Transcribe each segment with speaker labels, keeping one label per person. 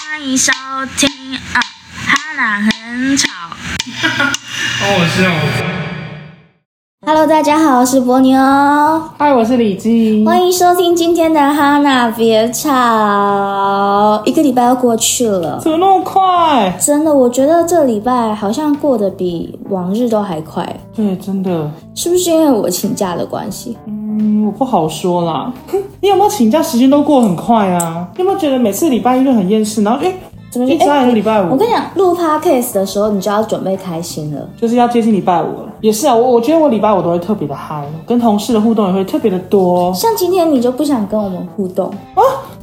Speaker 1: 欢迎收听啊，哈娜很吵。
Speaker 2: 好好
Speaker 3: 啊
Speaker 2: 笑哦！
Speaker 4: Hello，大家好，我是伯牛，
Speaker 1: 嗯
Speaker 3: 嗨，我是李记。
Speaker 4: 欢迎收听今天的哈娜别吵。一个礼拜要过去了，
Speaker 3: 怎么那么快？
Speaker 4: 真的，我觉得这礼拜好像过得比往日都还快，
Speaker 3: 对，真的，
Speaker 4: 是不是因为我请假的关系？
Speaker 3: 嗯，我不好说啦。 你有没有请假？时间都过很快啊。你有没有觉得每次礼拜一就很厌世，然后哎、
Speaker 4: 怎么
Speaker 3: 一眨眼就礼拜
Speaker 4: 我
Speaker 3: 五，
Speaker 4: 跟你讲，录 podcast 的时候你就要准备开心了。
Speaker 3: 就是要接近礼拜五了。也是啊，我我觉得我礼拜五都会特别的嗨，跟同事的互动也会特别的多。啊
Speaker 4: 像今天你就不想跟我们互动。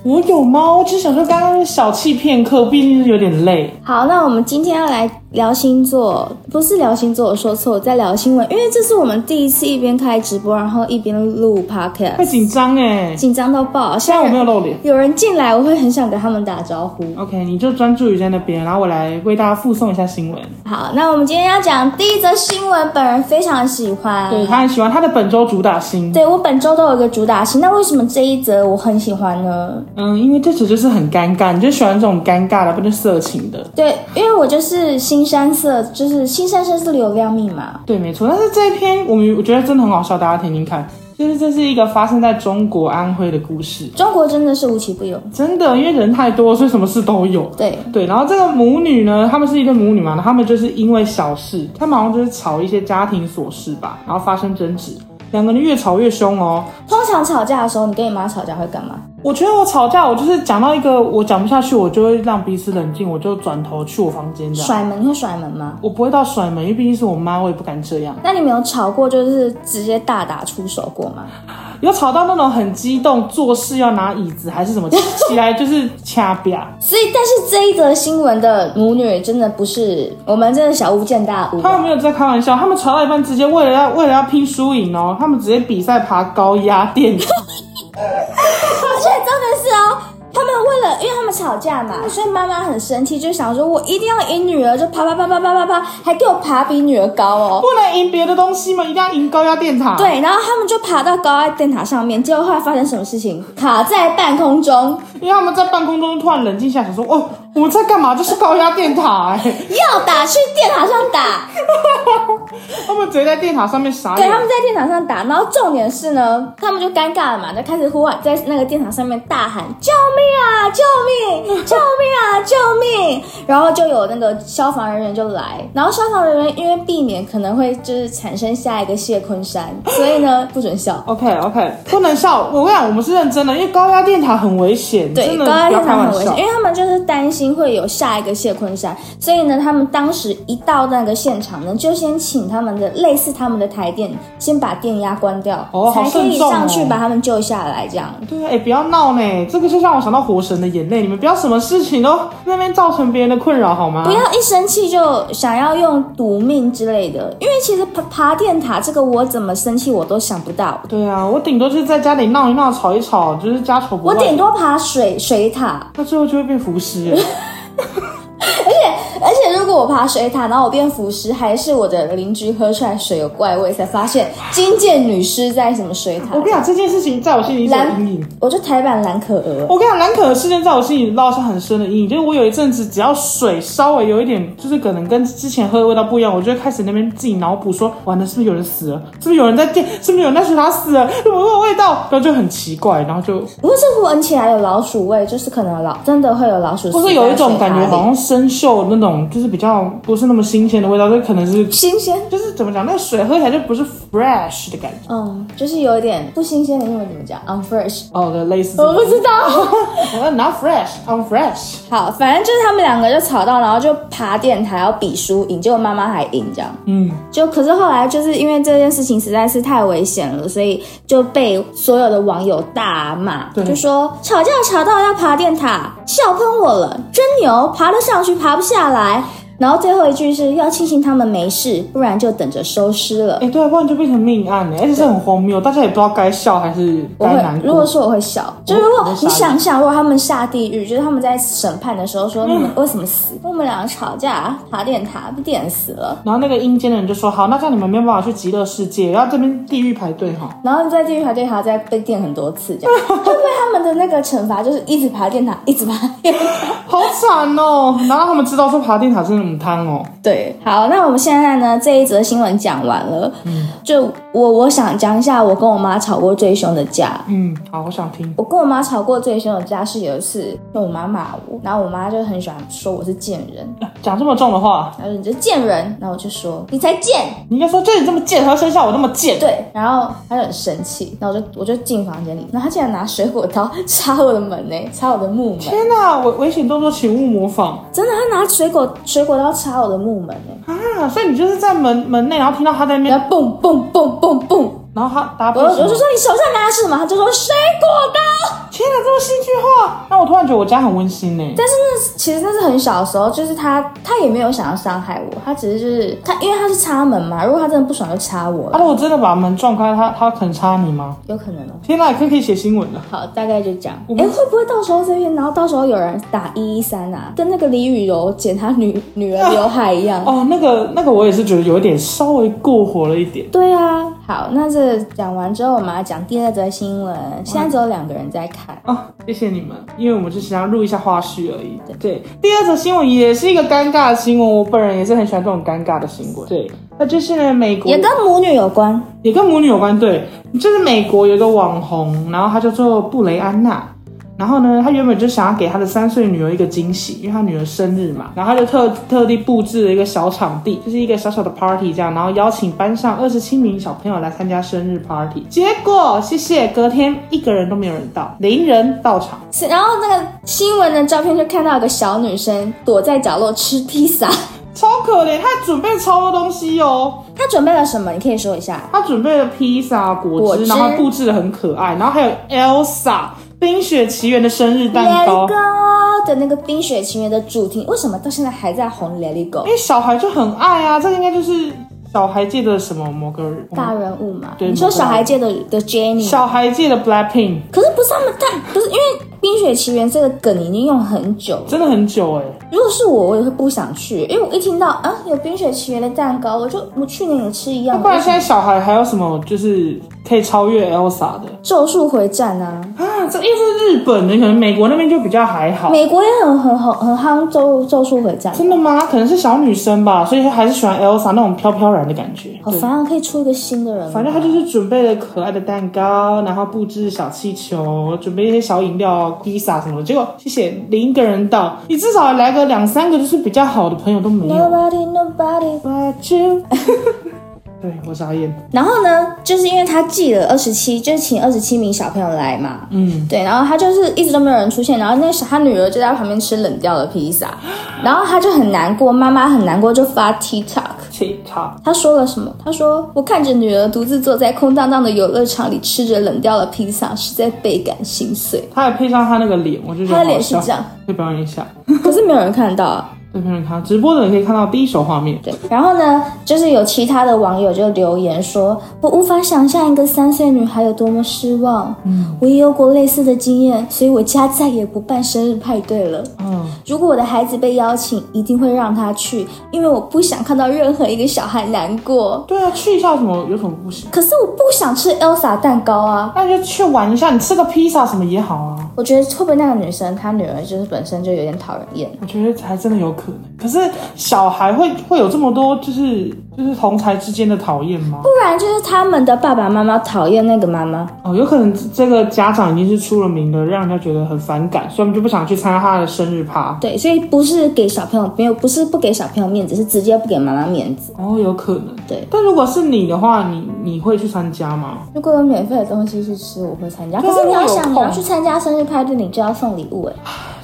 Speaker 3: 我有吗？我只是想说刚刚小憩片刻，毕竟是有点累。
Speaker 4: 好，那我们今天要来聊星座，不是聊星座，我说错，在聊新闻，因为这是我们第一次一边开直播，然后一边录 podcast。
Speaker 3: 会紧张哎，
Speaker 4: 紧张到爆。
Speaker 3: 虽
Speaker 4: 现
Speaker 3: 然我
Speaker 4: 在
Speaker 3: 没有露脸。
Speaker 4: 有人进来，我会很想跟他们打招呼。
Speaker 3: OK，你就专注于在那边，然后我来为大家附送一下新闻。
Speaker 4: 好，那我们今天要讲第一则新闻，本人非常喜欢。
Speaker 3: 对他很喜欢他的本周主打新，
Speaker 4: 对我本周都有一个主打星，那为什么这一则我很喜欢呢？
Speaker 3: 嗯，因为这只就是很尴尬，你就喜欢这种尴尬的，不就色情的？
Speaker 4: 对，因为我就是新山色，就是新山色是流量密码。
Speaker 3: 对，没错。但是这一篇我们我觉得真的很好笑，大家听听看。就是这是一个发生在中国安徽的故事，
Speaker 4: 中国真的是无奇不有。
Speaker 3: 真的，因为人太多，所以什么事都有。
Speaker 4: 对，
Speaker 3: 对，然后这个母女呢，她们是一对母女嘛，然后她们就是因为小事，她们好像就是吵一些家庭琐事吧，然后发生争执，两个人越吵越凶哦。
Speaker 4: 通常吵架的时候，你跟你妈吵架会干嘛？
Speaker 3: 我觉得我吵架，我就是讲到一个我讲不下去，我就会让彼此冷静，我就转头去我房间这样。
Speaker 4: 甩门，你会甩门吗？
Speaker 3: 我不会到甩门，因为毕竟是我妈，我也不敢这样。
Speaker 4: 那你没有吵过，就是直接大打出手过吗？
Speaker 3: 有吵到那种很激动，做事要拿椅子还是什么起来就是掐表，
Speaker 4: 所以，但是这一则新闻的母女真的不是我们真的小巫见大巫
Speaker 3: 他
Speaker 4: 啊、
Speaker 3: 们没有在开玩笑，他们吵到一半，直接为了要为了要拼输赢哦，他们直接比赛爬高压电梯，
Speaker 4: 而且真的是哦，他们为了因为他们吵架嘛，所以妈妈很生气，就想说我一定要赢女儿，就爬爬爬爬爬爬爬，还给我爬比女儿高哦。
Speaker 3: 不能赢别的东西嘛，一定要赢高压电塔。，
Speaker 4: 对，然后他们就爬到高压电塔上面，结果后来发生什么事情？卡在半空中，
Speaker 3: 因为他们在半空中突然冷静下来，想说哦，我们在干嘛？就是高压电塔 哎、
Speaker 4: 要打去电塔上打，
Speaker 3: 他们直接在电塔上面傻
Speaker 4: 对，
Speaker 3: 眼
Speaker 4: 他。们在电塔上打，然后重点是呢，他们就尴尬了嘛，就开始呼喊，在那个电塔上面大喊“救命啊，救命，救命啊，救命”，然后就有那个消防人员就来，然后消防人员因为避免可能会就是产生下一个谢坤山，所以呢不准笑。
Speaker 3: OK OK，不能笑。我跟你讲，我们是认真的，因为高压电塔很危险，
Speaker 4: 对，
Speaker 3: 真的
Speaker 4: 高压
Speaker 3: 不要
Speaker 4: 电
Speaker 3: 开
Speaker 4: 塔
Speaker 3: 玩
Speaker 4: 很危
Speaker 3: 笑
Speaker 4: 险，。因为他们就是担心会有下一个谢坤山，所以呢，他们当时一到那个现场呢，就先请他们的类似他们的台电先把电压关掉，
Speaker 3: 哦好
Speaker 4: 才可以
Speaker 3: 慎重哦
Speaker 4: 上去把他们救下来，这样。
Speaker 3: 对啊，哎、不要闹呢！这个就让我想到《火神的眼泪》，你们不要什么事情都 那边造成别人的困扰好吗？
Speaker 4: 不要一生气就想要用赌命之类的，因为其实爬爬电塔这个，我怎么生气我都想不到。
Speaker 3: 对啊，我顶多就是在家里闹一闹、吵一吵，就是家丑不
Speaker 4: 我
Speaker 3: 外。
Speaker 4: 顶多爬水水塔，
Speaker 3: 那最后就会变浮 尸了。
Speaker 4: 而且如果我爬水塔，然后我变腐尸，还是我的邻居喝出来水有怪味，才发现金剑女尸在什么水塔
Speaker 3: 我。跟你讲，这件事情在我心里是有
Speaker 4: 蓝
Speaker 3: 阴影。
Speaker 4: 我就台版蓝可儿，
Speaker 3: 我跟你讲，蓝可儿事件在我心里烙下很深的阴影，就是我有一阵子只要水稍微有一点，就是可能跟之前喝的味道不一样，我就会开始那边自己脑补说，完了是不是有人死了？是不是有人在电？是不是有人在水塔死了？ 怎么会有味道？然后就很奇怪，然后就
Speaker 4: 不过这闻起来有老鼠味，就是可能有老真的会有老鼠死在
Speaker 3: 或
Speaker 4: 水塔
Speaker 3: 是
Speaker 4: 里，
Speaker 3: 有一种感觉，好像生锈那种，就是比较不是那么新鲜的味道，就可能是
Speaker 4: 新鲜，
Speaker 3: 就是怎么讲，那个水喝起来就不是 fresh 的感觉。
Speaker 4: 嗯，就是有一点不新鲜的英文怎么讲？unfresh，嗯
Speaker 3: 哦，对，类似这
Speaker 4: 我
Speaker 3: 种。
Speaker 4: 不知道。
Speaker 3: 我 not fresh，I'm fresh。
Speaker 4: 好，反正就是他们两个就吵到，然后就爬电台要比输赢，结果妈妈还赢，这样。
Speaker 3: 嗯，
Speaker 4: 就可是后来就是因为这件事情实在是太危险了，所以就被所有的网友大骂，
Speaker 3: 对
Speaker 4: 就说吵架吵到要爬电塔，笑喷我了，真牛，爬得上去爬不下来。然后最后一句是要庆幸他们没事，不然就等着收尸了
Speaker 3: 哎、。对啊，不然就变成命案了、而且是很荒谬，大家也不知道该笑还是
Speaker 4: 我
Speaker 3: 该
Speaker 4: 会
Speaker 3: 难，
Speaker 4: 如
Speaker 3: 过
Speaker 4: 果。说我会笑，就是如
Speaker 3: 我
Speaker 4: 果
Speaker 3: 会
Speaker 4: 你
Speaker 3: 傻眼
Speaker 4: 想想，如果他们下地狱，就是他们在审判的时候 说你们为什么死，我们两个吵架，塔点塔被点死了，
Speaker 3: 然后那个阴间的人就说：“好，那这样你们没有办法去极乐世界，要这边地狱排队哈。
Speaker 4: 然后在地狱排队还要再被电很多次，这样会不会他们的那个惩罚就是一直爬电塔，一直爬电塔？”
Speaker 3: 好惨哦！然后他们知道说爬电塔是母汤哦，
Speaker 4: 对，好，那我们现在呢这一则新闻讲完了，就我我想讲一下我跟我妈吵过最凶的架。
Speaker 3: 嗯，好，我想听。
Speaker 4: 我跟我妈吵过最凶的架是有一次，就我妈骂我，然后我妈就很喜欢说我是贱人，
Speaker 3: 讲这么重的话，
Speaker 4: 然后你就贱人，然后我就说你才贱，
Speaker 3: 你应该说：“就你这么贱，还要生下我那么贱。”
Speaker 4: 对，然后她就很生气，然后我就我就进房间里，然后她竟然拿水果刀插我的门呢、插我的木门，
Speaker 3: 天哪，危危险动作请勿模仿
Speaker 4: 真的，她拿水果水果刀插我的木门欸呢、
Speaker 3: 啊！所以你就是在门门内，然后听到他在那边，
Speaker 4: 然后蹦蹦蹦蹦蹦，
Speaker 3: 然后他打
Speaker 4: 我
Speaker 3: 不
Speaker 4: 就我就说你手上拿的是什么？她就说水果刀。
Speaker 3: 天哪，这么戏剧化！那我突然觉得我家很温馨呢。
Speaker 4: 但是那其实那是很小的时候，就是他他也没有想要伤害我，他只是就是他因为他是插门嘛，如果他真的不爽就插我了，
Speaker 3: 啊，如果真的把门撞开，他他肯插你吗？
Speaker 4: 有可能哦。
Speaker 3: 天哪，可以可以写新闻了。
Speaker 4: 好，大概就这样。
Speaker 3: 我
Speaker 4: 哎、
Speaker 3: 们
Speaker 4: 会不会到时候这边，然后到时候有人打一一三啊，跟那个李雨柔剪她女女儿刘海一 样？
Speaker 3: 哦，那个那个，我也是觉得有一点稍微过火了一点。
Speaker 4: 对啊。好，那这讲完之后，我们要讲第二则新闻。现在只有两个人在看，
Speaker 3: 啊，谢谢你们，因为我们就想要录一下花絮而已。对，第二则新闻也是一个尴尬的新闻，我本人也是很喜欢这种尴尬的新闻。对，那就是呢，美国
Speaker 4: 也跟母女有关。
Speaker 3: 也跟母女有关，对，就是美国有一个网红，然后她叫做布雷安娜。然后呢，她原本就想要给她的三岁女儿一个惊喜，因为她女儿生日嘛，然后她就特特地布置了一个小场地，就是一个小小的 party 这样，然后邀请班上二十七名小朋友来参加生日 party。结果，谢谢，隔天一个人都没有人到，零人到场。
Speaker 4: 是然后那个新闻的照片就看到有个小女生躲在角落吃披萨，
Speaker 3: 超可怜，他准备超多东西哦，
Speaker 4: 她准备了什么？你可以说一下。
Speaker 3: 他准备了披萨、果汁，
Speaker 4: 果汁
Speaker 3: 然后他布置的很可爱，然后还有 Elsa《冰雪奇缘》的生日蛋
Speaker 4: Let
Speaker 3: 糕
Speaker 4: It。Go 的那个《冰雪奇缘》的主题，为什么到现在还在红？Let It Go，
Speaker 3: 因为小孩就很爱啊，这个应该就是小孩界的什么某个人
Speaker 4: 大人物嘛。
Speaker 3: 对
Speaker 4: 你说小孩界的的 Jenny，
Speaker 3: 小孩界的 Blackpink，
Speaker 4: 可是不是他们但不是因为《冰雪奇缘》这个梗已经用很久了。
Speaker 3: 真的很久哎、
Speaker 4: 如果是我，我也会不想去，因为我一听到啊有《冰雪奇缘》的蛋糕，我就我去年也吃一
Speaker 3: 那
Speaker 4: 样
Speaker 3: 不然现
Speaker 4: 的。
Speaker 3: 在小孩还有什么就是可以超越 Elsa 的
Speaker 4: 咒术回战啊，
Speaker 3: 啊？这又是日本的，可能美国那边就比较还好。
Speaker 4: 美国也很很很很夯咒咒术回战，
Speaker 3: 真的吗？可能是小女生吧，所以还是喜欢 Elsa 那种飘飘然的感觉。
Speaker 4: 好烦啊！可以出一个新的人吗，
Speaker 3: 反正他就是准备了可爱的蛋糕，然后布置小气球，准备一些小饮料、披萨什么的。结果谢谢零个人到，你至少来个两三个，就是比较好的朋友都没有。
Speaker 4: Nobody Nobody but you。
Speaker 3: 对我傻眼，
Speaker 4: 然后呢，就是因为他寄了二十七，就是请二十七名小朋友来嘛，嗯，对，然后他就是一直都没有人出现，然后那个小他女儿就在旁边吃冷掉的披萨，然后他就很难过，妈妈很难过，就发 TikTok。
Speaker 3: 切他
Speaker 4: 他说了什么？他说：“我看着女儿独自坐在空荡荡的游乐场里吃着冷掉的披萨，实在倍感心碎。
Speaker 3: 他还配上他那个脸，我就觉”得
Speaker 4: 他的脸
Speaker 3: 好
Speaker 4: 是
Speaker 3: 笑
Speaker 4: 这样，
Speaker 3: 可以表演一下，
Speaker 4: 可是没有人看到、啊。
Speaker 3: 对，表演他直播的人可以看到第一手画面。
Speaker 4: 对，然后呢，就是有其他的网友就留言说，我无法想象一个三岁女孩有多么失望。嗯，我也有过类似的经验，所以我家再也不办生日派对了。
Speaker 3: 嗯，
Speaker 4: 如果我的孩子被邀请，一定会让他去，因为我不想看到任何一个小孩难过。
Speaker 3: 对啊，去一下什么有什么不行？
Speaker 4: 可是我不想吃 Elsa 蛋糕啊！
Speaker 3: 那就去玩一下，你吃个披萨什么也好啊。
Speaker 4: 我觉得会不会那个女生她女儿就是本身就有点讨人厌？
Speaker 3: 我觉得还真的有可能。可是小孩会会有这么多就是就是同才之间的讨厌吗？
Speaker 4: 不然就是他们的爸爸妈妈讨厌那个妈妈。
Speaker 3: 哦，有可能这个家长已经是出了名的，让人家觉得很反感，所以我们就不想去参加他的生日趴。
Speaker 4: 对，所以不是给小朋友没有，不是不给小朋友面子，是直接不给妈妈面子。
Speaker 3: 哦，有可能。
Speaker 4: 对，
Speaker 3: 但如果是你的话，你你会去参加吗？
Speaker 4: 如果有免费的东西去吃，我会参加。
Speaker 3: 对
Speaker 4: 可
Speaker 3: 啊
Speaker 4: 是你要
Speaker 3: 如果有
Speaker 4: 想，
Speaker 3: 空
Speaker 4: 你要去参加生日派对，你就要送礼物哎、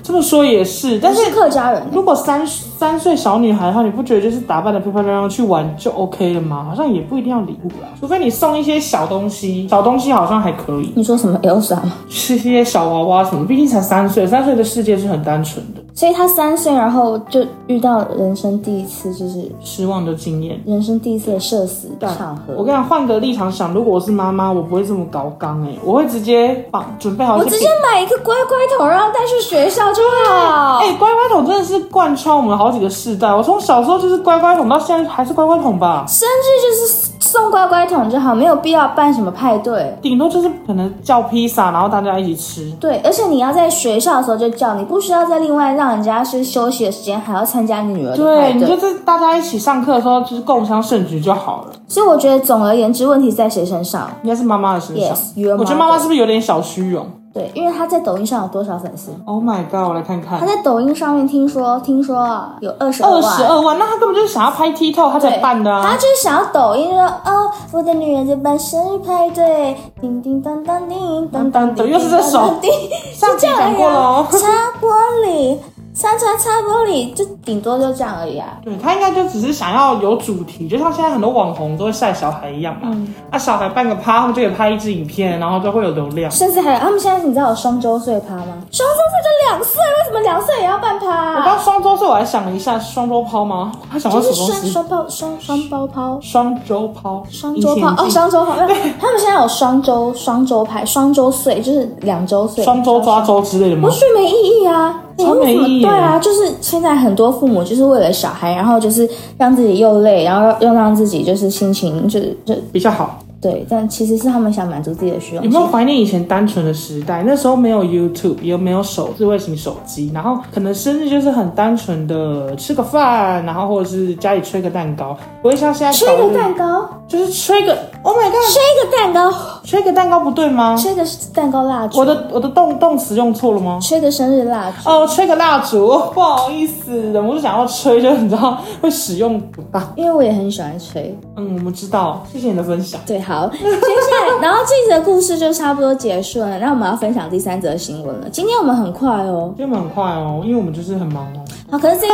Speaker 3: 这么说也是，但
Speaker 4: 但
Speaker 3: 是
Speaker 4: 是客家人、欸，
Speaker 3: 如果三三岁小女孩的话，你不觉得就是打扮的漂漂亮亮去玩就 OK 了吗？好像也不一定要礼物啦，除非你送一些小东西，小东西好像还可以，
Speaker 4: 你说什么 Elsa 吗？
Speaker 3: 是一些小娃娃什么，毕竟才三岁，三岁的世界是很单纯的。
Speaker 4: 所以他三岁，然后就遇到人生第一次，就是
Speaker 3: 失望的经验。
Speaker 4: 人生第一次的社死场合。
Speaker 3: 我跟你讲，换个立场想，如果我是妈妈，我不会这么高刚哎、我会直接把准备好一
Speaker 4: 我
Speaker 3: 些
Speaker 4: 直接买一个乖乖桶，然后带去学校就好。
Speaker 3: 哎、乖乖桶真的是贯穿我们好几个世代。我从小时候就是乖乖桶，到现在还是乖乖桶吧。
Speaker 4: 生日就是送乖乖桶就好，没有必要办什么派对。
Speaker 3: 顶多就是可能叫披萨，然后大家一起吃。
Speaker 4: 对，而且你要在学校的时候就叫，你不需要再另外让人家去休息的时间还要参加你女儿的
Speaker 3: 对，
Speaker 4: 派
Speaker 3: 你就
Speaker 4: 对。
Speaker 3: 是大家一起上课的时候，就是共襄盛举就好了。
Speaker 4: 所以我觉得总而言之，问题在谁身上？
Speaker 3: 应该是妈妈的身上
Speaker 4: Yes, you are
Speaker 3: 我觉得妈妈是不是有点小虚荣
Speaker 4: 对，因为她在抖音上有多少粉丝？
Speaker 3: ？Oh my god！我来看看
Speaker 4: 她，在抖音上面听说，听说啊有二十
Speaker 3: 二
Speaker 4: 万。
Speaker 3: 十二万，那她根本就是想要拍 TikTok，她才办的
Speaker 4: 他
Speaker 3: 啊。
Speaker 4: 就是想要抖音说哦，我的女人在办生日派对，叮叮当当叮当当，
Speaker 3: 又是这首
Speaker 4: 叮，
Speaker 3: 上
Speaker 4: 是
Speaker 3: 集
Speaker 4: 这样而
Speaker 3: 讲
Speaker 4: 已
Speaker 3: 过了
Speaker 4: 啊
Speaker 3: 哦，
Speaker 4: 擦玻璃，擦擦擦玻璃，就顶多就这样而已啊。
Speaker 3: 对她应该就只是想要有主题，就像现在很多网红都会晒小孩一样嘛。那、小孩办个趴，他们就可以拍一支影片，然后就会有流量。
Speaker 4: 甚至还有他们现在你知道有双周岁趴吗？双周岁就两岁，为什么两岁也要办趴、
Speaker 3: 我
Speaker 4: 啊？
Speaker 3: 刚双周岁，我还想了一下，双周抛吗？他想到
Speaker 4: 就
Speaker 3: 什
Speaker 4: 是
Speaker 3: 么东
Speaker 4: 双双包
Speaker 3: 西？
Speaker 4: 双双包抛。
Speaker 3: 双周抛，
Speaker 4: 双周抛哦，
Speaker 3: 隐形眼镜
Speaker 4: 双周抛，没有他们现在有双周双周派、双周岁，就是两周岁、
Speaker 3: 双周抓周之类的吗
Speaker 4: 不？是没意义啊，你
Speaker 3: 超
Speaker 4: 为什
Speaker 3: 没
Speaker 4: 么
Speaker 3: 意义
Speaker 4: 对啊，就是现在很多父母就是为了小孩，然后就是让自己又累，然后又让自己就是心情就是就
Speaker 3: 比较好。
Speaker 4: 对，但其实是他们想满足自己的虚荣
Speaker 3: 有
Speaker 4: 心。
Speaker 3: 没有怀念以前单纯的时代？那时候没有 YouTube，也没有手智慧型手机，然后可能生日就是很单纯的吃个饭，然后或者是家里吹个蛋糕，不会像现在
Speaker 4: 吃一
Speaker 3: 搞
Speaker 4: 个
Speaker 3: 得
Speaker 4: 蛋糕，
Speaker 3: 就是吹个，Oh my god，
Speaker 4: 吃一个蛋糕，
Speaker 3: 吹个蛋糕不对吗？
Speaker 4: 吃一个蛋糕蜡烛，
Speaker 3: 我的我的动动词用错了吗？
Speaker 4: 吃一个生日蜡烛。
Speaker 3: 哦，吹个蜡烛，不好意思，忍不住想要吹，就你知道会使用不当。
Speaker 4: 因为我也很喜欢吹，
Speaker 3: 嗯，我们知道，谢谢你的分享。
Speaker 4: 对，好，接下来，然后这则故事就差不多结束了。那我们要分享第三则新闻了。今天我们很快哦，
Speaker 3: 因为我们很快哦，因为我们就是很忙哦。
Speaker 4: 好，可是这一，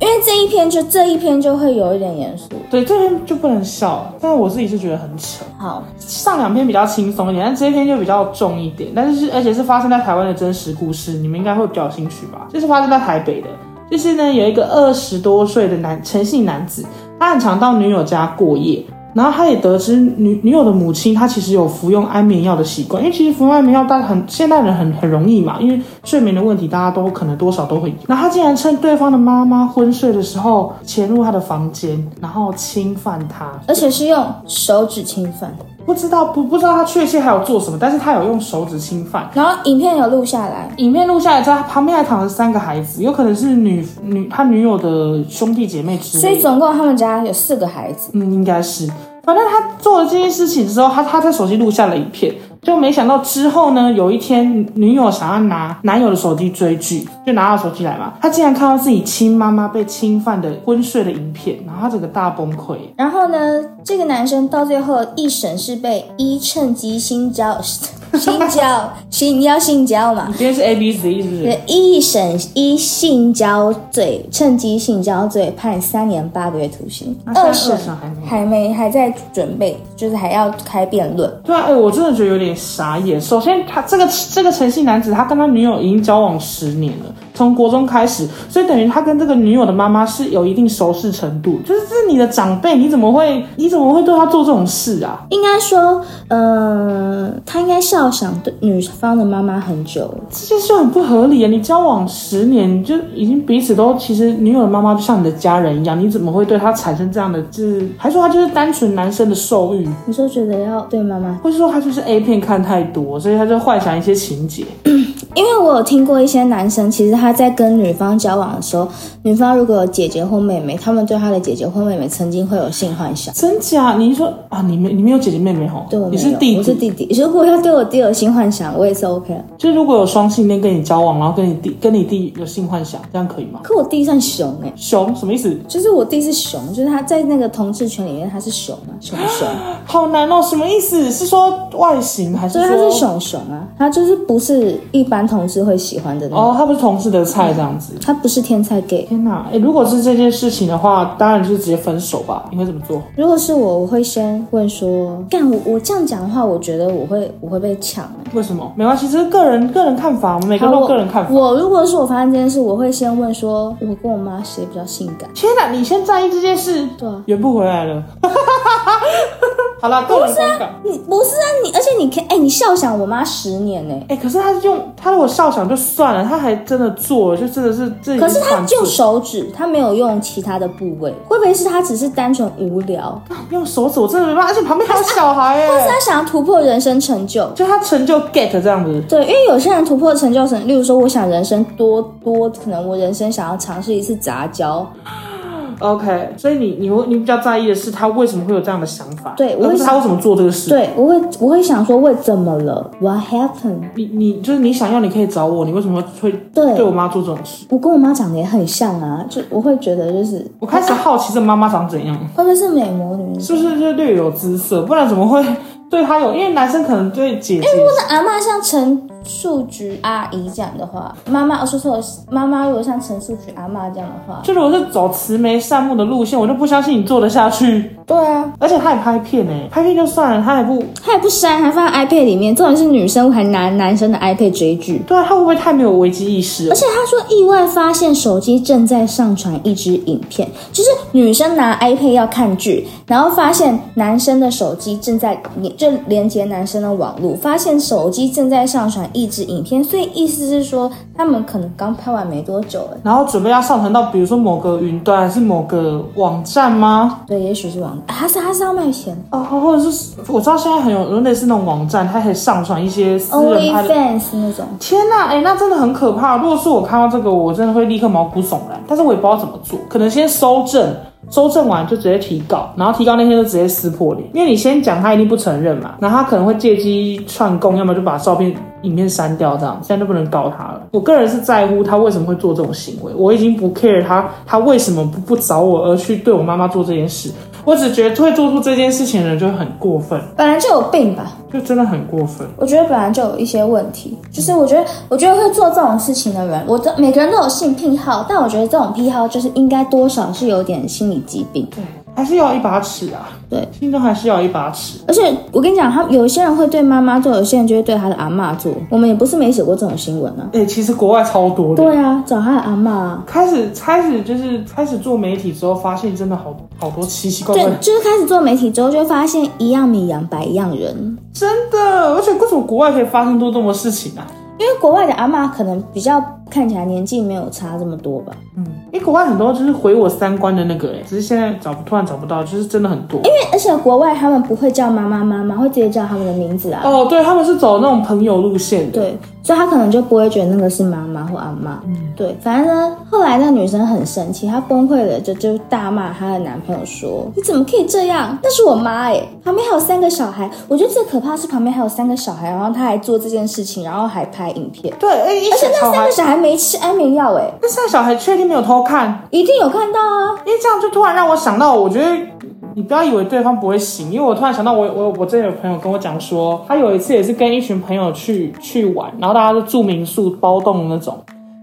Speaker 4: 因为这一篇就这一篇就会有一点严肃。
Speaker 3: 对，这篇就不能笑，但是我自己是觉得很扯。
Speaker 4: 好，
Speaker 3: 上两篇比较轻松一点，但这一篇就比较重一点，但是是而且是发生在台湾的真实故事，你们应该会比较有兴趣吧？这是发生在台北的，就是呢有一个二十多岁的男诚信男子，他很常到女友家过夜。然后他也得知女女友的母亲，她其实有服用安眠药的习惯，因为其实服用安眠药，大家很现代人很很容易嘛，因为睡眠的问题，大家都可能多少都会有。然后他竟然趁对方的妈妈昏睡的时候，潜入她的房间，然后侵犯她，
Speaker 4: 而且是用手指侵犯，
Speaker 3: 不知道不不知道他确切还有做什么，但是他有用手指侵犯。
Speaker 4: 然后影片有录下来，
Speaker 3: 影片录下来之后，他旁边还躺着三个孩子，有可能是女女他女友的兄弟姐妹之
Speaker 4: 所以
Speaker 3: 类的。
Speaker 4: 总共他们家有四个孩子。
Speaker 3: 嗯，应该是。反正他做了这件事情之后，他他在手机录下了影片，就没想到之后呢，有一天女友想要拿男友的手机追剧，就拿到手机来嘛，他竟然看到自己亲妈妈被侵犯的昏睡的影片，然后他整个大崩溃。
Speaker 4: 然后呢，这个男生到最后一审是被一趁机性交，性交，性要性交嘛
Speaker 3: 你？今天是 A B C 是不是？
Speaker 4: 对一审一性交罪，趁机性交罪判三年八个月徒刑，
Speaker 3: 那现在
Speaker 4: 二
Speaker 3: 啊二
Speaker 4: 审
Speaker 3: 审还没有
Speaker 4: 还没还在准备，就是还要开辩论。
Speaker 3: 对啊，哎、我真的觉得有点傻眼。首先，他这个这个诚信男子，他跟他女友已经交往十年了，从国中开始，所以等于他跟这个女友的妈妈是有一定熟识程度。就是这是你的长辈，你怎么会你怎么会对他做这种事啊？
Speaker 4: 应该说，嗯、他应该笑想对女方的妈妈很久了。
Speaker 3: 这件事很不合理啊！你交往十年，你就已经彼此都其实女友的妈妈就像你的家人一样，你怎么会对他产生这样的就是，还说他就是单纯男生的兽欲，
Speaker 4: 你就觉得要对妈妈，
Speaker 3: 或者说他就是 A 片看太多，所以他就幻想一些情节。
Speaker 4: 因为我有听过一些男生，其实他在跟女方交往的时候，女方如果有姐姐或妹妹，他们对他的姐姐或妹妹曾经会有性幻想。
Speaker 3: 真假？你一说啊，你没你没有姐姐妹妹吼？
Speaker 4: 对我没
Speaker 3: 你
Speaker 4: 有，
Speaker 3: 是弟
Speaker 4: 我是
Speaker 3: 弟。
Speaker 4: 弟弟。如果要对我弟有性幻想，我也是 OK 的。
Speaker 3: 就是如果有双性恋跟你交往，然后跟你弟跟你弟有性幻想，这样可以吗？
Speaker 4: 可我弟算熊哎、
Speaker 3: 熊什么意思？
Speaker 4: 就是我弟是熊，就是他在那个同志圈里面他是熊啊，熊 熊，
Speaker 3: 好难哦，什么意思？是说外形还是
Speaker 4: 所以他
Speaker 3: 说？
Speaker 4: 是熊熊啊，他就是不是一般般同志会喜欢的那种。
Speaker 3: 哦，他不是同事的菜这样子。
Speaker 4: 他不是天才 gay。
Speaker 3: 天哪，哎，如果是这件事情的话，当然就是直接分手吧。你会怎么做？
Speaker 4: 如果是我，我会先问说，干我我这样讲的话，我觉得我会我会被抢、欸。
Speaker 3: 为什么？没关系，这是个人个人看法，我们每个人都有个人看法。
Speaker 4: 我如果是我发现这件事，我会先问说，我跟我妈谁比较性感？
Speaker 3: 天哪，你先在意这件事，
Speaker 4: 对啊，
Speaker 3: 圆不回来了。 好了，个人观感。
Speaker 4: 你不是啊，你而且你可以，哎、你笑想我妈十年欸呢、
Speaker 3: 哎、可是他用他如果哨响就算了，他还真的做，就真的是这已经
Speaker 4: 可是他
Speaker 3: 犯罪
Speaker 4: 就手指，他没有用其他的部位，会不会是他只是单纯无聊？
Speaker 3: 啊用手指，我真的没办法，而且旁边还有小孩
Speaker 4: 但是
Speaker 3: 哎，
Speaker 4: 他想要突破人生成就，
Speaker 3: 就他成就 get 这样子。
Speaker 4: 对，因为有些人突破成就成，例如说，我想人生多多，可能我人生想要尝试一次杂交，
Speaker 3: OK，所以你你会你比较在意的是他为什么会有这样的想法，
Speaker 4: 对我
Speaker 3: 而
Speaker 4: 会
Speaker 3: 不是他为什么做这个事。，
Speaker 4: 对我会我会想说，我怎么了？What happened？
Speaker 3: 你你就是你想要，你可以找我，你为什么会
Speaker 4: 对
Speaker 3: 对我妈做这种事？
Speaker 4: 我跟我妈长得也很像啊，就我会觉得就是
Speaker 3: 我开始好奇这妈妈长怎样，
Speaker 4: 会不会是美魔女？
Speaker 3: 是不是就略有姿色？不然怎么会对她有？因为男生可能对姐姐，
Speaker 4: 那阿嬷像陈树菊阿姨这样的话，妈妈哦说错了，妈妈如果像陈树菊阿嬷这样的话，
Speaker 3: 就如果是走慈眉善目的路线，我就不相信你做得下去。
Speaker 4: 对啊，
Speaker 3: 而且他也拍片哎、拍片就算了，他也不
Speaker 4: 她也不删，还放在 iPad 里面，重点是女生还拿男生的 iPad 追剧。
Speaker 3: 对啊，他会不会太没有危机意识了
Speaker 4: 而？且他说意外发现手机正在上传一支影片，就是女生拿 iPad 要看剧，然后发现男生的手机正在连就连接男生的网络，发现手机正在上传一支影片，所以意思是说他们可能刚拍完没多久哎，
Speaker 3: 然后准备要上传到比如说某个云端还是某个网站吗？
Speaker 4: 对，也许是网，啊他是他是要卖钱
Speaker 3: 哦，或者是我知道现在很有有类似那种网站，它可以上传一些私人拍的。
Speaker 4: ，OnlyFans 那种。
Speaker 3: 天呐、哎、那真的很可怕。如果是我看到这个，我真的会立刻毛骨悚然。但是我也不知道怎么做，可能先搜证，搜证完就直接提告，然后提告那天就直接撕破脸，因为你先讲他一定不承认嘛，然后他可能会借机串供，要么就把照片、影片删掉，这样现在就不能告他了。我个人是在乎他为什么会做这种行为，我已经不 care 他他为什么不不找我而去对我妈妈做这件事，我只觉得会做出这件事情的人就很过分，
Speaker 4: 本来就有病吧，
Speaker 3: 就真的很过分。
Speaker 4: 我觉得本来就有一些问题，就是我觉得，我觉得会做这种事情的人，我的每个人都有性癖好，但我觉得这种癖好就是应该多少是有点心理疾病。
Speaker 3: 对，还是要一把尺啊，
Speaker 4: 对，
Speaker 3: 心中还是要一把尺。
Speaker 4: 而且我跟你讲，他有些人会对妈妈做，有些人就会对他的阿嬷做。我们也不是没写过这种新闻啊。
Speaker 3: 哎、其实国外超多的。
Speaker 4: 对啊，找他的阿嬷、啊。
Speaker 3: 开始开始就是开始做媒体之后，发现真的好好多奇奇怪怪
Speaker 4: 对，
Speaker 3: 的，
Speaker 4: 就是开始做媒体之后，就会发现一样米养百样人。
Speaker 3: 真的。而且为什么国外可以发生多这么多事情啊？
Speaker 4: 因为国外的阿嬷可能比较看起来年纪没有差这么多吧，
Speaker 3: 嗯，因为国外很多就是毁我三观的那个、哎，只是现在找不突然找不到，就是真的很多。
Speaker 4: 而且国外他们不会叫妈妈妈妈，会直接叫他们的名字啊。
Speaker 3: 哦，对，他们是走那种朋友路线的。
Speaker 4: 对，所以他可能就不会觉得那个是妈妈或阿妈。对，反正呢，后来那个女生很生气，她崩溃了，就就大骂她的男朋友说：“你怎么可以这样？那是我妈哎、旁边还有三个小孩。”我觉得最可怕是旁边还有三个小孩，然后她还做这件事情，然后还拍影片。
Speaker 3: 对，哎、一
Speaker 4: 而且
Speaker 3: 些
Speaker 4: 那
Speaker 3: 小
Speaker 4: 三
Speaker 3: 孩
Speaker 4: 个，小孩没吃安眠药哎、
Speaker 3: 那三个小孩确定没有偷看？
Speaker 4: 一定有看到啊！
Speaker 3: 因为这样就突然让我想到，我觉得你不要以为对方不会醒，因为我突然想到我，我我之前有朋友跟我讲说，他有一次也是跟一群朋友去去玩，然后大家都住民宿包栋的那种，